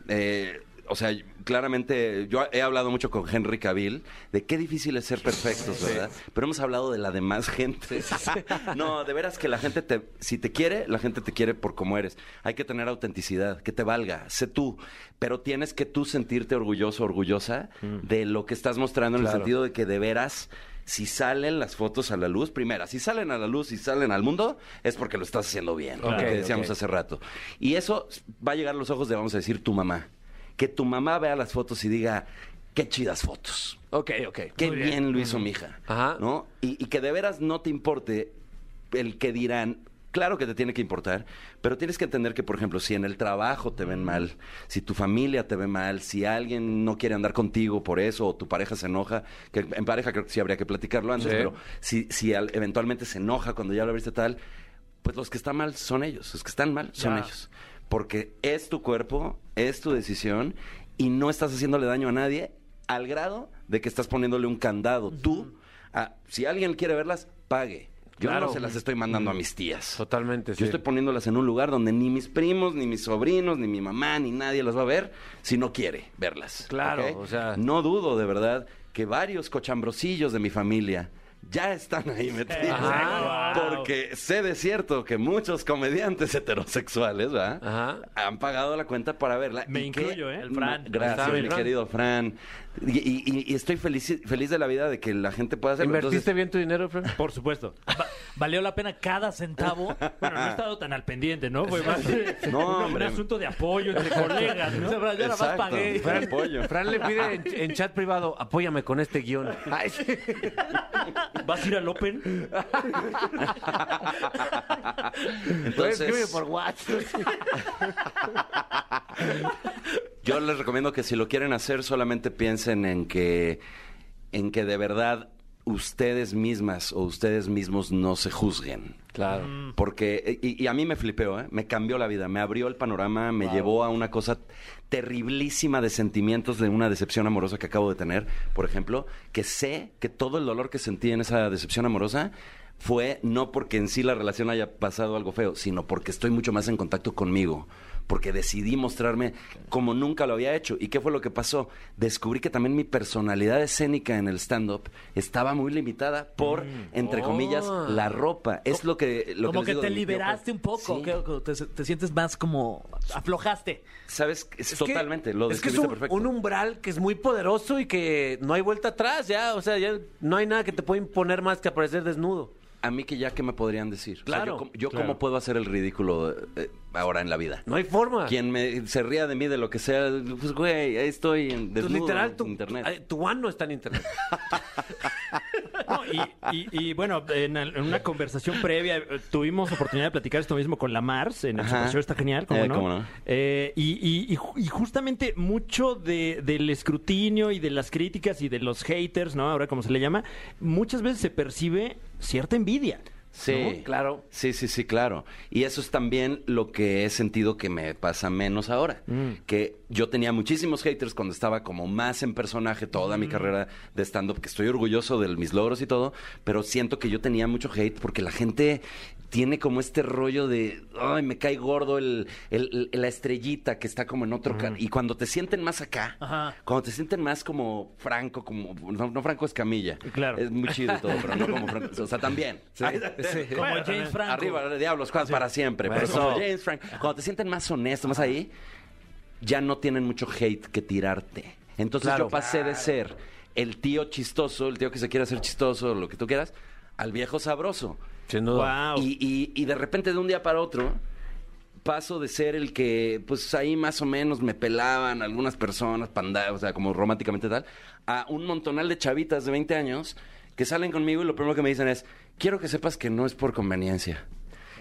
Eh, o sea, claramente yo he hablado mucho con Henry Cavill de qué difícil es ser perfectos, ¿verdad? Pero hemos hablado de la demás gente. No, de veras que la gente te si te quiere, la gente te quiere por como eres. Hay que tener autenticidad, que te valga, sé tú, pero tienes que tú sentirte orgulloso, orgullosa de lo que estás mostrando en el sentido de que de veras si salen las fotos a la luz, primera, si salen a la luz y salen al mundo, es porque lo estás haciendo bien, lo que decíamos hace rato. Y eso va a llegar a los ojos de, vamos a decir, tu mamá que tu mamá vea las fotos y diga, qué chidas fotos, ok, ok. qué bien. lo hizo mi hija, Ajá. ¿no? Y, y que de veras no te importe el que dirán. Claro que te tiene que importar, pero tienes que entender que, por ejemplo, si en el trabajo te ven mal, si tu familia te ve mal, si alguien no quiere andar contigo por eso, o tu pareja se enoja, que en pareja creo que sí habría que platicarlo antes, Sí. pero si, si al- eventualmente se enoja cuando ya lo viste tal, pues los que están mal son ellos, los que están mal son Ya. ellos. Porque es tu cuerpo, es tu decisión y no estás haciéndole daño a nadie al grado de que estás poniéndole un candado. Tú, a- si alguien quiere verlas, pague. Yo Claro. no se las estoy mandando a mis tías. Totalmente, sí. Yo estoy poniéndolas en un lugar donde ni mis primos, ni mis sobrinos, ni mi mamá, ni nadie las va a ver si no quiere verlas. Claro, ¿ok? o sea- No dudo, de verdad, que varios cochambrosillos de mi familia ya están ahí metidos. ¿eh? Ajá. Porque sé de cierto que muchos comediantes heterosexuales, ¿verdad? Ajá. Han pagado la cuenta para verla. Me Y que- incluyo, ¿eh? El Fran. No, gracias, Está bien, mi Fran. querido Fran. Y, y- y- y estoy feliz, feliz de la vida de que la gente pueda hacerlo. ¿Invertiste Entonces, bien tu dinero, Fran? Por supuesto. Va- valió la pena cada centavo. Bueno, no he estado tan al pendiente, ¿no? Fue más No, un- un hombre. asunto de apoyo entre colegas, O sea, ¿no? yo nada más Exacto. pagué. Fran, apoyo. Fran le pide en, en chat privado, apóyame con este guión. Ay, sí. ¿Vas a ir al Open? Escribe Entonces, por WhatsApp. Yo les recomiendo que si lo quieren hacer, solamente piensen en que, en que de verdad ustedes mismas o ustedes mismos no se juzguen. Claro. Porque, eh, y, y a mí me flipeó, ¿eh? me cambió la vida, me abrió el panorama, me llevó a una cosa terriblísima de sentimientos de una decepción amorosa que acabo de tener, por ejemplo, que sé que todo el dolor que sentí en esa decepción amorosa fue no porque en sí la relación haya pasado algo feo, sino porque estoy mucho más en contacto conmigo. Porque decidí mostrarme como nunca lo había hecho. ¿Y qué fue lo que pasó? Descubrí que también mi personalidad escénica en el stand-up estaba muy limitada por, entre comillas, Oh. la ropa. Es lo que lo como les que digo te de mi tío, liberaste pues. un poco. Sí. que- que te, te sientes más como. aflojaste. Sabes, es, Es que- totalmente, lo es que es describiste un, perfecto. un umbral que es muy poderoso y que no hay vuelta atrás, ya. O sea, ya no hay nada que te pueda imponer más que aparecer desnudo. A mí que ya, ¿qué me podrían decir? O sea, Claro, yo com- yo claro. cómo puedo hacer el ridículo eh, ahora en la vida. No hay forma. Quien me, se ría de mí de lo que sea, pues güey, ahí estoy en, Tú, desnudo literal, en tu, internet. ay, tu one no está en internet. No, y, y- y, bueno, en, al- en una conversación previa eh, tuvimos oportunidad de platicar esto mismo con la Mars en el Ajá. Super Show, está genial, ¿cómo Eh, no? cómo no. Eh, y, y- y ju- y justamente mucho de- del escrutinio y de las críticas y de los haters, ¿no? Ahora como se le llama, muchas veces se percibe cierta envidia. Sí, ¿no? Claro. Sí, sí, sí, claro. Y eso es también lo que he sentido que me pasa menos ahora. Que yo tenía muchísimos haters cuando estaba como más en personaje toda mi carrera de stand-up, que estoy orgulloso de mis logros y todo, pero siento que yo tenía mucho hate porque la gente tiene como este rollo de, ay, me cae gordo el, el- el- la estrellita que está como en otro... ca-". Y cuando te sienten más acá, Ajá. cuando te sienten más como Franco, como... No, no Franco Escamilla. Claro. Es muy chido y todo, pero no como Franco. O sea, también. Como James Franco. Arriba, diablos, Juan, para siempre. Pero Eso. como James Frank, cuando te sienten más honesto, más ahí, ya no tienen mucho hate que tirarte. Entonces Claro. yo pasé de ser el tío chistoso, el tío que se quiere hacer chistoso, lo que tú quieras, al viejo sabroso. Sin duda. Wow. Y, y- y de repente, de un día para otro, paso de ser el que, pues ahí más o menos me pelaban algunas personas, panda, o sea, como románticamente tal, a un montonal de chavitas de 20 años que salen conmigo y lo primero que me dicen es: Quiero que sepas que no es por conveniencia.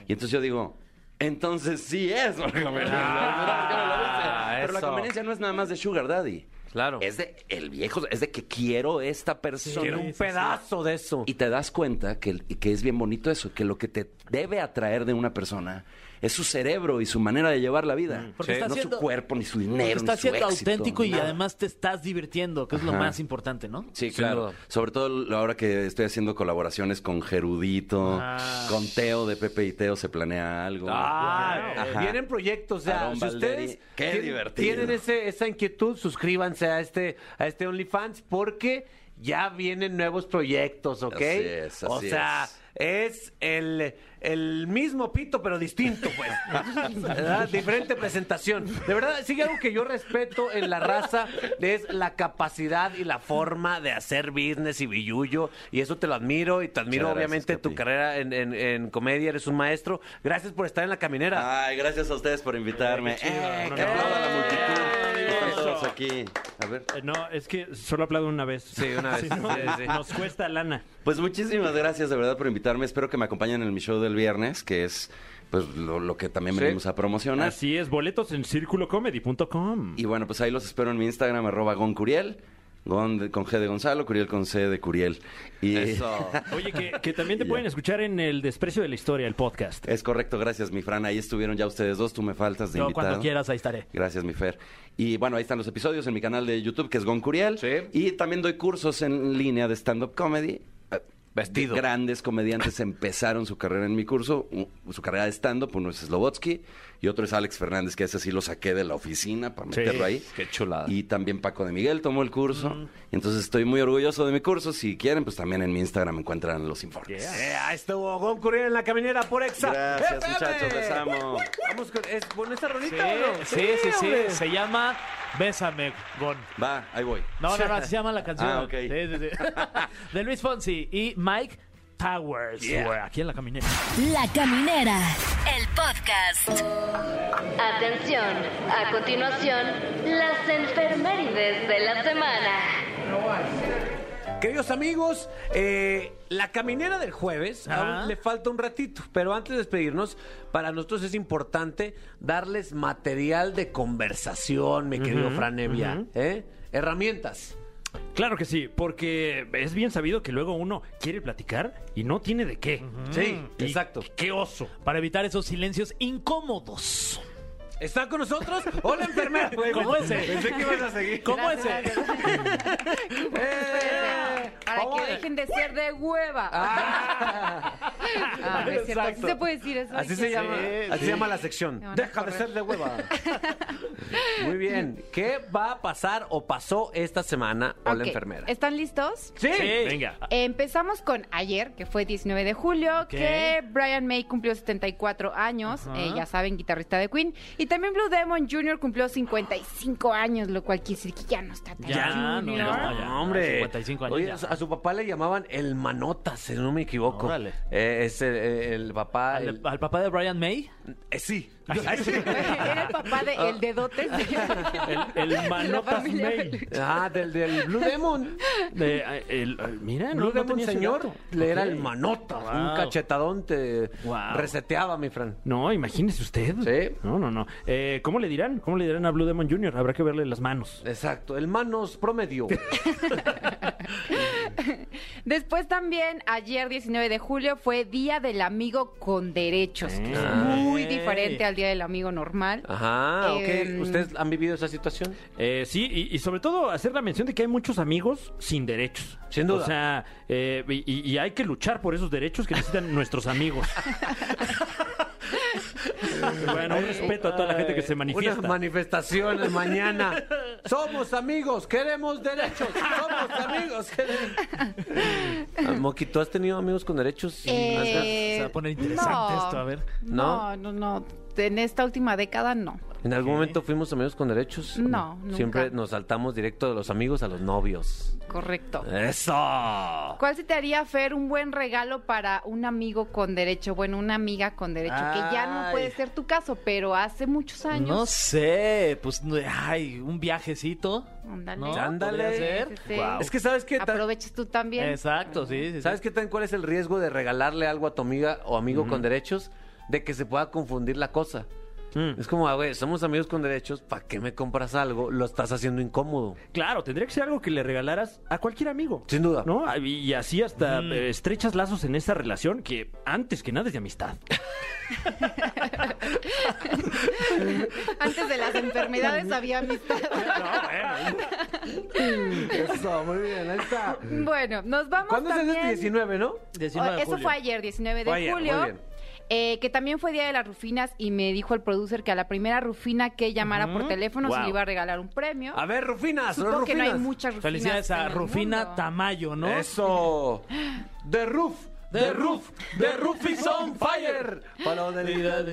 Y entonces yo digo. Entonces sí es por conveniencia. Ah, Pero la eso. conveniencia no es nada más de Sugar Daddy. Claro. Es de el viejo, es de que quiero esta persona. Quiero un pedazo de eso. Y te das cuenta que, que es bien bonito eso, que lo que te debe atraer de una persona es su cerebro y su manera de llevar la Mm. vida. Porque está no siendo- su cuerpo, ni su Porque dinero, estás ni su siendo éxito, auténtico y nada. además te estás divirtiendo, que es lo Ajá. más importante, ¿no? Sí, Sin claro. duda. Sobre todo lo- ahora que estoy haciendo colaboraciones con Gerudito, Ah. con Teo de Pepe y Teo se planea algo. Ah, Ajá. vienen proyectos. O sea, Aarón si Valderi. ustedes Qué tien- divertido. tienen ese- esa inquietud, suscríbanse a este, a este OnlyFans porque ya vienen nuevos proyectos, ¿ok? Así es, o así sea, es, el, el mismo pito, pero distinto, pues. ¿Verdad? Diferente presentación. De verdad, sí, algo que yo respeto en la raza es la capacidad y la forma de hacer business y billuyo. Y eso te lo admiro y te admiro, Muchas gracias, obviamente, tu Capi. carrera carrera en, en- en comedia, eres un maestro. Gracias por estar en la caminera. Ay, gracias a ustedes por invitarme. Eh, que aplauda la multitud. Están todos aquí. A ver. Eh, No, es que solo aplaudo una vez. Sí, una vez. Si no, Sí, sí. Nos cuesta lana. Pues muchísimas gracias de verdad por invitarme. Espero que me acompañen en mi show del viernes, que es pues lo, lo que también Sí. venimos a promocionar. Así es, boletos en circulocomedy.com. Y bueno, pues ahí los espero en mi Instagram, arroba goncuriel, gon de- con G de Gonzalo, Curiel con C de Curiel. Y Eso. Oye, que, que también te Ya. pueden escuchar en El Desprecio de la Historia, el podcast. es correcto, gracias mi Fran. Ahí estuvieron ya ustedes dos, tú me faltas de Yo invitado. cuando quieras ahí estaré. Gracias, mi Fer. Y bueno, ahí están los episodios en mi canal de YouTube, que es Goncuriel. Sí. Y también doy cursos en línea de stand-up comedy. Eh, Vestido. Grandes comediantes empezaron su carrera en mi curso, u- su carrera de stand-up. Uno es Slobotsky y otro es Alex Fernández, que ese sí lo saqué de la oficina para Sí. meterlo ahí. Qué chulada. Y también Paco de Miguel tomó el curso. Entonces estoy muy orgulloso de mi curso. Si quieren, pues también en mi Instagram encuentran los informes. Eh, ahí estuvo Gon Curiel en la caminera por Exa. Gracias, FM. muchachos, les amo. Vamos con, es, bueno, esta Sí, rolita, ¿o no? sí, sí, sí. hombre. Se llama Bésame, Gon. Va, ahí voy. No, no, no, así se llama la canción. Ah, ok. Sí, sí, sí. De Luis Fonsi y Mike Towers. Güey, Aquí en la caminera. La Caminera, el podcast. Atención, a continuación, las enfermerides de la semana. Queridos amigos, eh, la caminera del jueves Ajá. aún le falta un ratito, pero antes de despedirnos, para nosotros es importante darles material de conversación, mi querido Fran Evia, ¿eh? Herramientas. Claro que sí, porque es bien sabido que luego uno quiere platicar y no tiene de qué. Sí, Y exacto. Qué oso. Para evitar esos silencios incómodos. ¿Está con nosotros? Hola, enfermera. ¿Cómo ese? Pensé que ibas a seguir. ¿Cómo es? Eh, Para ¿cómo que de- dejen de ser de hueva. Ah. Ah, no es cierto, Exacto. sí se puede decir eso. Así Hay se que- llama, así se llama la sección. Me van a Deja de ser de hueva. Muy bien. ¿Qué va a pasar o pasó esta semana o la Ok, enfermera? ¿Están listos? Sí. Venga. Empezamos con ayer, que fue 19 de julio, que Brian May cumplió 74 años, eh, ya saben, guitarrista de Queen. Y también Blue Demon Jr. cumplió 55 años, lo cual quiere decir que ya no está tan Ya, Ah, junior. no, no, no, No, hombre. 55 años Oye, ya. a su- a su papá le llamaban el Manotas, si no me equivoco. Órale. Eh, es el, el papá. ¿Al, el- al papá de Brian May? eh, sí. Era el papá de El Dedote. El, el Manotas familia May. Ah, del, del Blue Demon. De, eh, el- eh, mira, Blue no, no Demon, tenía ese señor, dato. le era Ok. el Manotas. Un Wow. cachetadón te Wow. reseteaba, mi Fran. No, imagínese usted. Sí. No, no, no. Eh, ¿Cómo le dirán? ¿Cómo le dirán a Blue Demon Jr.? Habrá que verle las manos. Exacto, el Manos promedio. Después también, ayer 19 de julio, fue Día del Amigo con Derechos, que es muy diferente al Día del Amigo normal. Ah, Ajá, Em, ok. ¿Ustedes han vivido esa situación? Eh, sí, y, y sobre todo hacer la mención de que hay muchos amigos sin derechos. Sin duda. O sea, eh, y, y- y hay que luchar por esos derechos que necesitan nuestros amigos. bueno, un respeto a toda la gente que se manifiesta. Unas manifestaciones mañana. Somos amigos, queremos derechos. Somos amigos. queremos- Ah, Moquito, ¿has tenido amigos con derechos? eh, Se va a poner interesante esto, a ver. ¿No? No, no, no. En esta última década no. ¿En algún momento fuimos amigos con derechos? No, nunca. Siempre nos saltamos directo de los amigos a los novios. Correcto. ¡Eso! ¿Cuál se te haría, Fer, un buen regalo para un amigo con derecho? Bueno, una amiga con derecho, que ya no puede Ay. ser tu caso, pero hace muchos No años. sé, pues, no- ay, un viajecito. Ándale. ¿no? Ándale. Podría Sí, ser. sí, sí. Es que, ¿sabes qué? Ta- Aprovechas tú también. Exacto, sí, sí, sí. ¿Sabes qué tan cuál es el riesgo de regalarle algo a tu amiga o amigo con derechos? De que se pueda confundir la cosa. Mm. Es como, ah, güey, somos amigos con derechos, ¿para qué me compras algo? Lo estás haciendo incómodo. Claro, tendría que ser algo que le regalaras a cualquier amigo. Sin duda. ¿No? Ah, Y así hasta Mm. eh, estrechas lazos en esa relación que antes que nada es de amistad. Antes de las enfermedades había amistad. Eso, muy bien, ahí está. Mm. Bueno, nos vamos ¿Cuándo es también... el 19, no? 19 de Oh, Eso julio. fue ayer, 19 de Fue ayer, julio. muy bien. eh, que también fue Día de las Rufinas y me dijo el producer que a la primera Rufina que llamara por teléfono se Wow. le iba a regalar un premio. A ver, Rufinas, los Supongo que no hay Rufinas. muchas Rufinas. Felicidades en a el Rufina mundo. Tamayo, ¿no? Eso. The Roof. The Roof. The Roof is on fire. Para la humanidad.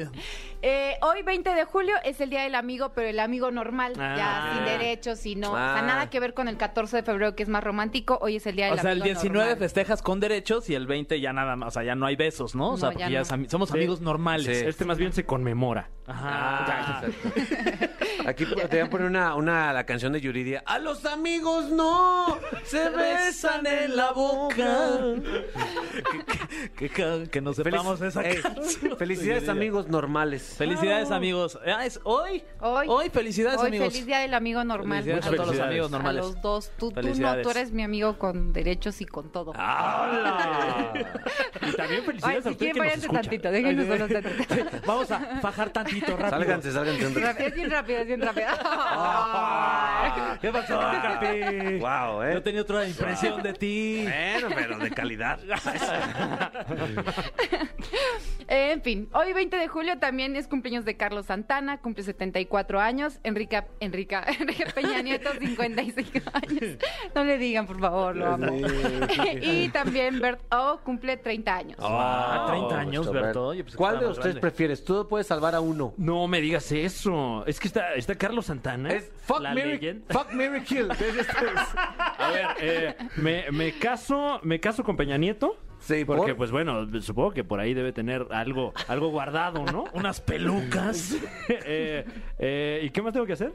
Eh, hoy, 20 de julio, es el Día del Amigo, pero el amigo normal, Ah. ya sin derechos y no. O sea, Ah. nada que ver con el 14 de febrero, que es más romántico. Hoy es el Día del O sea, el Amigo 19 normal. festejas con derechos y el 20 ya nada más, o sea, ya no hay besos, ¿no? O sea, No, porque ya ya, no. es ami- somos Sí. amigos normales. Sí. Este más bien se conmemora. Ah, Ajá. Aquí te voy a poner una, una, la canción de Yuridia. A los amigos no se besan en la boca. Que, que- que nos sepamos Felic- esa Ey, canción. Felicidades, amigos normales. Felicidades, amigos. Ah, es hoy. Hoy. felicidades, Hoy, amigos. feliz Día del Amigo normal. Felicidades a todos los amigos normales. A los dos. Tú, tú no, Felicidades. Ah. tú eres mi amigo con derechos y con todo. ¡Hala! Y también Ay, felicidades a si usted quieren, que nos váyanse escucha. tantito, déjenos solos tantito. Vamos a fajar tantito rápido. Sálganse, sálganse. hombre. Es bien rápido, es bien rápido. ¿Qué pasó, Capi? Wow, eh. Yo tenía otra impresión de ti. Bueno, pero de calidad. Eh, en fin, hoy 20 de julio también es cumpleaños de Carlos Santana, cumple 74 años, Enrique, Enrique, Enrique Peña Nieto, 55 años. No le digan, por favor, lo amo. y también Bert O cumple 30 años. Oh, Ah, 30 años, Roberto. Berto. pues, Yo pensé que pues, ¿Cuál de estaba más ustedes grande. prefieres? Tú puedes salvar a uno. No me digas eso. Es que está, está Carlos Santana. ¿Eh? Es Fuck la Mary, leyenda. fuck Mary Kill. Es este. A ver, eh, me, me caso, me caso con Peña Nieto. Sí, Porque, ¿por? pues bueno, supongo que por ahí debe tener algo, algo guardado, ¿no? Unas pelucas. Eh, eh, ¿Y qué más tengo que hacer?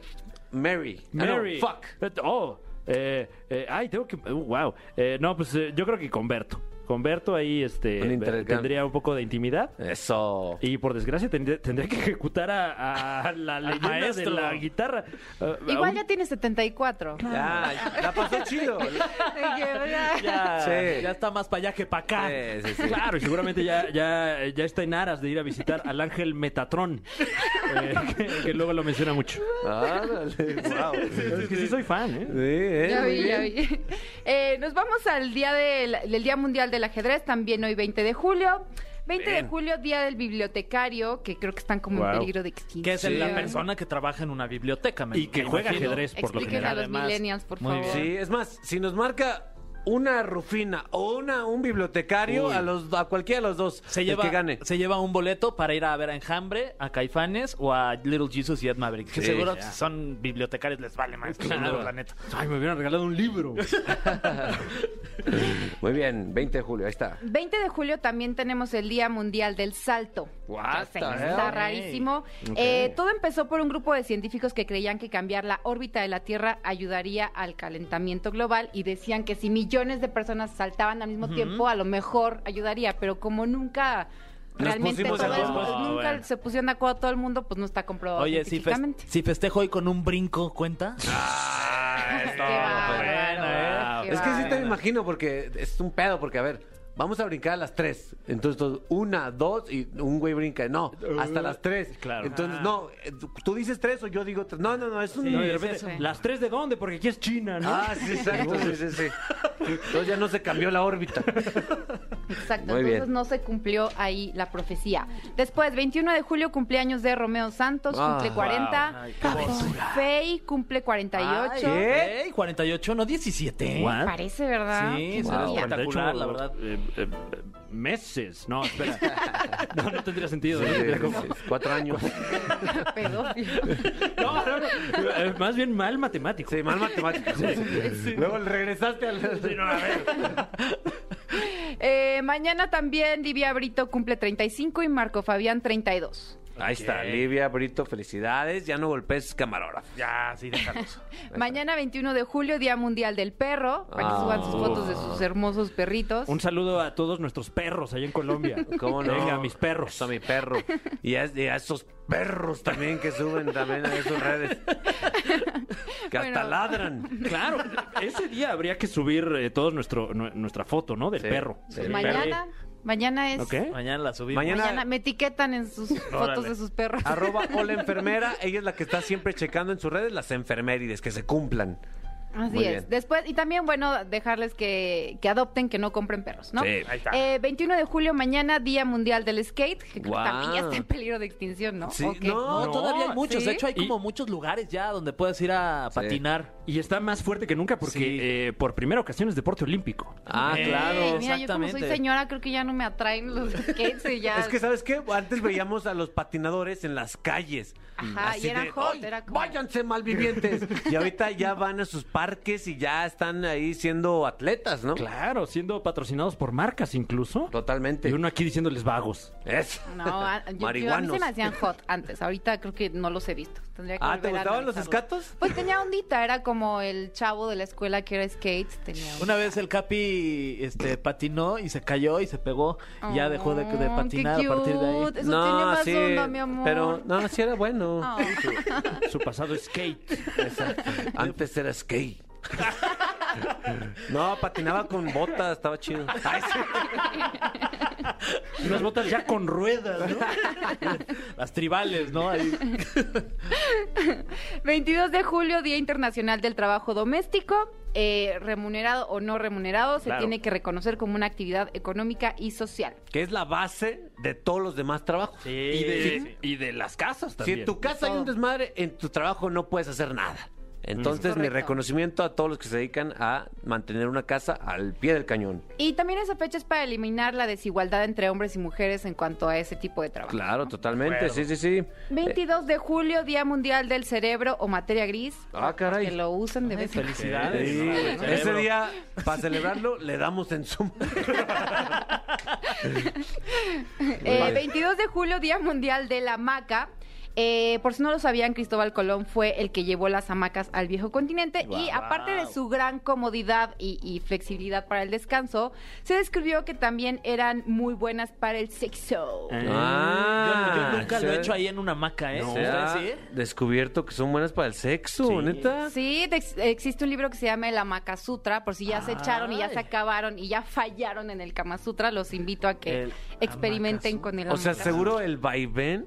Mary. Ah, no, Mary. fuck. Oh, eh, eh, ay, tengo que. uh, wow. Eh, no, pues eh, yo creo que con Berto. Con Berto ahí este, Un intercambio. tendría un poco de intimidad. Eso. Y por desgracia tendría, tendría que ejecutar a, a la leyenda de maestro. la guitarra. Ah, Igual aún- ya tiene 74. Ya, la pasó chido. Ay, qué verdad. Ya, Sí. ya está más para allá que para acá. Sí, sí, sí. Claro, y seguramente ya, ya, ya está en aras de ir a visitar al ángel Metatrón, eh, que, que luego lo menciona mucho. Ándale, wow. es que sí soy fan, ¿eh? Sí, ¿eh? Ya Muy vi, bien. ya vi. Eh, nos vamos al día del, del Día Mundial del Ajedrez, también hoy 20 de julio. 20 de julio, Día del Bibliotecario, que creo que están como Wow. en peligro de extinción. Que es la persona que trabaja en una biblioteca. me- Y que me juega imagino. ajedrez por lo Explíquenle general. a los Además, millennials, por muy favor. bien. Sí, es más, si nos marca una Rufina o una un bibliotecario, Uy. a los a cualquiera de los dos, Se el lleva, que gane. se lleva un boleto para ir a ver a Enjambre, a Caifanes o a Little Jesus y Ed Maverick. Que Sí, seguro ya. si son bibliotecarios, les vale más. Claro. La neta. Ay, me hubieran regalado un libro. Muy bien, 20 de julio, ahí está. 20 de julio también tenemos el Día Mundial del Salto. What Ya sé, the hell? está rarísimo. Eh, todo empezó por un grupo de científicos que creían que cambiar la órbita de la Tierra ayudaría al calentamiento global y decían que si millones de personas saltaban al mismo tiempo, a lo mejor ayudaría, pero como nunca... Nos Realmente pusimos todo de el- acuerdo. nunca Bueno. se pusieron de acuerdo todo el mundo, pues no está comprobado Oye, si, fes- científicamente. si festejo hoy con un brinco, ¿cuenta? Ah, pues, Qué bárbaro, bueno, Ah, qué Es que sí te bárbaro. imagino porque es un pedo, porque a ver, vamos a brincar a las 3. Entonces, todos, una, dos y un güey brinca. No, hasta las 3. claro. Entonces, no, eh, tú- tú dices 3 o yo digo 3. No, no, no, es un... No, y de Ah. es repente, eso. ¿las tres de dónde? Porque aquí es China, ¿no? Ah, sí, exacto, sí, sí, sí. Entonces ya no se cambió la órbita. Exacto, Muy entonces bien. no se cumplió ahí la profecía. Después, 21 de julio, cumpleaños de Romeo Santos, Ah, cumple 40. wow. Ay, qué Fey cumple Ah, 48. Ah, ¿Qué? Ey, 48, no 17. What? Parece, ¿verdad? Sí, Wow. Ah, será 48, espectacular, la verdad. eh, eh, meses. No, espera. No, no tendría sentido. no, tendría como- Cuatro años. Pedófilo. No, no, no. Eh, Más bien mal matemático. Sí, mal matemático. Luego regresaste al... Sí, no, a ver. Eh, mañana también Livia Brito cumple 35 y Marco Fabián 32. Ahí está, Livia, Brito, felicidades. Ya no golpes camarógrafo. Ah, Ya, sí, déjalos. Mañana 21 de julio, Día Mundial del Perro, para que Ah. suban sus fotos de sus hermosos perritos. Un saludo a todos nuestros perros allá en Colombia. ¿Cómo no? Venga, mis perros. A mi perro. Y a, y a esos perros también que suben también a sus redes. Que hasta Bueno. ladran. Claro, ese día habría que subir eh, todos nuestro, nu- nuestra foto, ¿no? Del perro. Pues mañana, mañana es... ¿Ok? Mañana la subimos. Mañana- Mañana me etiquetan en sus fotos de sus perros. Ah, Arroba hola enfermera. Ella es la que está siempre checando en sus redes las enfermerides, que se cumplan. Así Muy es. bien. Después, y también, bueno, dejarles que, que adopten, que no compren perros, ¿no? Sí. Ahí está. Eh, 21 de julio, mañana, Día Mundial del Skate, que creo que Guau. también ya está en peligro de extinción, ¿no? Sí, ¿O qué? No, No, todavía hay muchos. ¿sí? De hecho, hay Y- como muchos lugares ya donde puedes ir a patinar. Y está más fuerte que nunca porque Sí. eh, por primera ocasión es deporte olímpico. Ah, Ey, Mira, yo como soy señora, creo que ya no me atraen los skates y ya. Es que, ¿sabes qué? Antes veíamos a los patinadores en las calles. Ajá, y eran hot, "Ay, era como- ¡Váyanse malvivientes! y ahorita ya van a sus parques y ya están ahí siendo atletas, ¿no? Claro, siendo patrocinados por marcas incluso. Totalmente. Y uno aquí diciéndoles vagos. Eso. No, a, yo- yo- a mí Marihuanos. se me hacían hot antes. Ahorita creo que no los he visto. Tendría que Ah, volver ¿te a gustaban los analizarlos. escatos? Pues tenía ondita, era como el chavo de la escuela que era skates. Tenía Una vez el Capi este, patinó y se cayó y se pegó y ya dejó de, de Oh, patinar qué a partir de ahí. cute. Eso tiene más onda, mi amor. Pero, no, sí era bueno. Oh. Su pasado es skate. Exacto. Antes era skate. No, patinaba con botas, estaba chido. Ay, sí. Y unas botas ya con ruedas, ¿no? Las tribales, ¿no? Ahí. 22 de julio, Día Internacional del Trabajo Doméstico. Eh, remunerado o no remunerado, se Claro. tiene que reconocer como una actividad económica y social. Que es la base de todos los demás trabajos. Y, de, y de las casas Si también. en tu casa hay un Todo. desmadre, en tu trabajo no puedes hacer nada. Entonces, mi Correcto. reconocimiento a todos los que se dedican a mantener una casa al pie del cañón. Y también esa fecha es para eliminar la desigualdad entre hombres y mujeres en cuanto a ese tipo de trabajo. Claro, totalmente, Acuerdo. sí, sí, sí. 22 de julio, Día Mundial del Cerebro o Materia Gris. Ah, caray. Que lo usan de vez en cuando. Felicidades. Sí, ¿no? Ese día, para celebrarlo, le damos en su... Eh, 22 de julio, Día Mundial de la Hamaca. Eh, por si no lo sabían, Cristóbal Colón fue el que llevó las hamacas al viejo continente y aparte de su gran comodidad y, y flexibilidad para el descanso, se describió que también eran muy buenas para el sexo. Ah, Yo, yo nunca lo se- he hecho ahí en una hamaca, ¿eh? Se Ah, ha ¿Ustedes sí? descubierto que son buenas para el sexo, neta. Sí, te- existe un libro que se llama El Hamaca Sutra, por si ya se echaron y ya se Ay. acabaron y ya fallaron en el Kama Sutra, los invito a que El experimenten Hamaca con el O sea, Hamaca seguro el vaivén.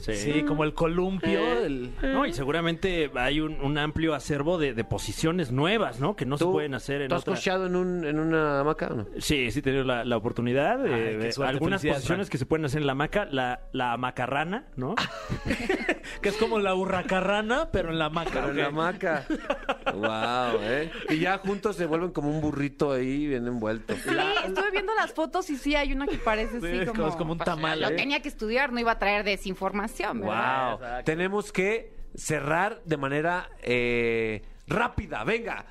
Sí. como el Eh. columpio. el- No, y seguramente hay un, un amplio acervo de, de posiciones nuevas, ¿no? Que no se ¿Tú- pueden hacer en ¿Tú has otra... cocheado en, un, en una hamaca o no? Sí, sí he tenido la, la oportunidad. eh, qué suerte, algunas felicidades, posiciones Frank. que se pueden hacer en la hamaca, la, la macarrana, ¿no? Que es como la hurracarrana, pero en la hamaca. Pero en la ok. hamaca. wow, ¿eh? Y ya juntos se vuelven como un burrito ahí, bien envuelto. Sí, estuve viendo las fotos y sí hay una que parece así es como- como... es como un pues, tamal, Lo ¿eh? tenía que estudiar, no iba a traer desinformación, ¿verdad? Wow. Tenemos que cerrar de manera eh, rápida. Venga.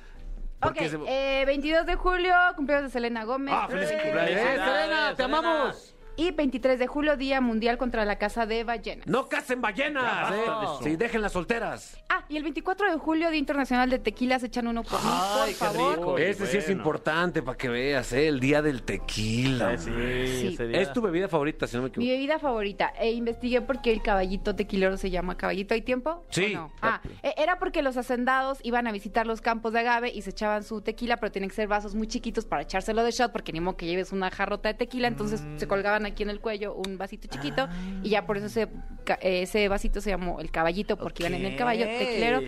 Ok, Porque se- eh, 22 de julio, cumpleaños de Selena Gómez. Ah, feliz Eh, cumpleaños. ¡Eh, Selena, te amamos! Y 23 de julio, Día Mundial contra la Caza de Ballenas. No casen ballenas, Ya ¿eh? basta de eso. Sí, déjenlas solteras. Ah, y el 24 de julio, Día Internacional de Tequila, se echan uno por mí, por Ay, qué favor. rico. Ese sí es bueno. importante para que veas, ¿eh? El día del tequila. Sí. ese día. Es tu bebida favorita, si no me Mi equivoco. bebida favorita. E investigué por qué el caballito tequilero se llama caballito. ¿Hay tiempo? ¿O Sí. no? Ah, e- era porque los hacendados iban a visitar los campos de agave y se echaban su tequila, pero tienen que ser vasos muy chiquitos para echárselo de shot, porque ni modo que lleves una jarrota de tequila. Entonces se colgaban aquí en el cuello un vasito chiquito y ya por eso ese, ca- eh, ese vasito se llamó el caballito, porque iban en el caballo Ok. Ah, tequilero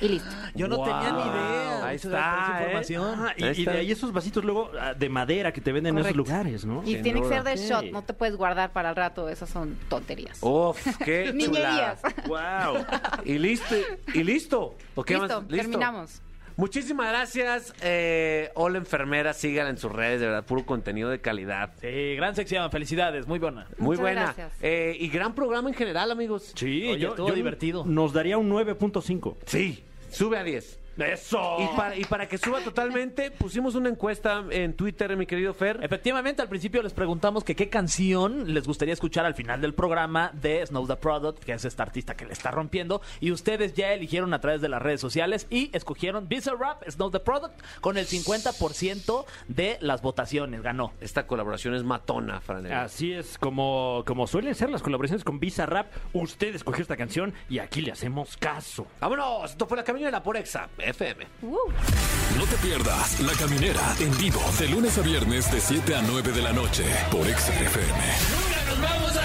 y listo. Yo no tenía ni idea. Ahí Muchas gracias por está, esa ¿eh? información. Ah, y, Ahí y de está. ahí esos vasitos luego ah, de madera que te venden en Correcto. esos lugares, ¿no? Y Sin tiene que duda. ser de Ok. shot, no te puedes guardar para el rato, esas son tonterías. Uf, qué chulada. Niñerías. ¡Wow! Y listo, y listo. ¿O qué Listo, más? terminamos. Muchísimas gracias. Eh, hola enfermera, síganla en sus redes, de verdad, puro contenido de calidad. Sí, gran sección. Felicidades. Muy buena. Muy Muchas buena. gracias. Eh, y gran programa en general, amigos. Sí, Oye, estuvo divertido. Nos daría un 9.5. Sí, sube a 10. ¡Eso! Y para, y para que suba totalmente, pusimos una encuesta en Twitter, mi querido Fer. Efectivamente, al principio les preguntamos que qué canción les gustaría escuchar al final del programa de Snow the Product, que es esta artista que le está rompiendo, y ustedes ya eligieron a través de las redes sociales y escogieron Visa Rap, Snow the Product, con el 50% de las votaciones. Ganó. Esta colaboración es matona, Fran. Así es, como, como suelen ser las colaboraciones con Visa Rap, usted escogió esta canción y aquí le hacemos caso. Vámonos, esto fue la caminera por Exa FM. No te pierdas La Caminera en vivo de lunes a viernes de 7 a 9 de la noche por Exa FM. nos vamos a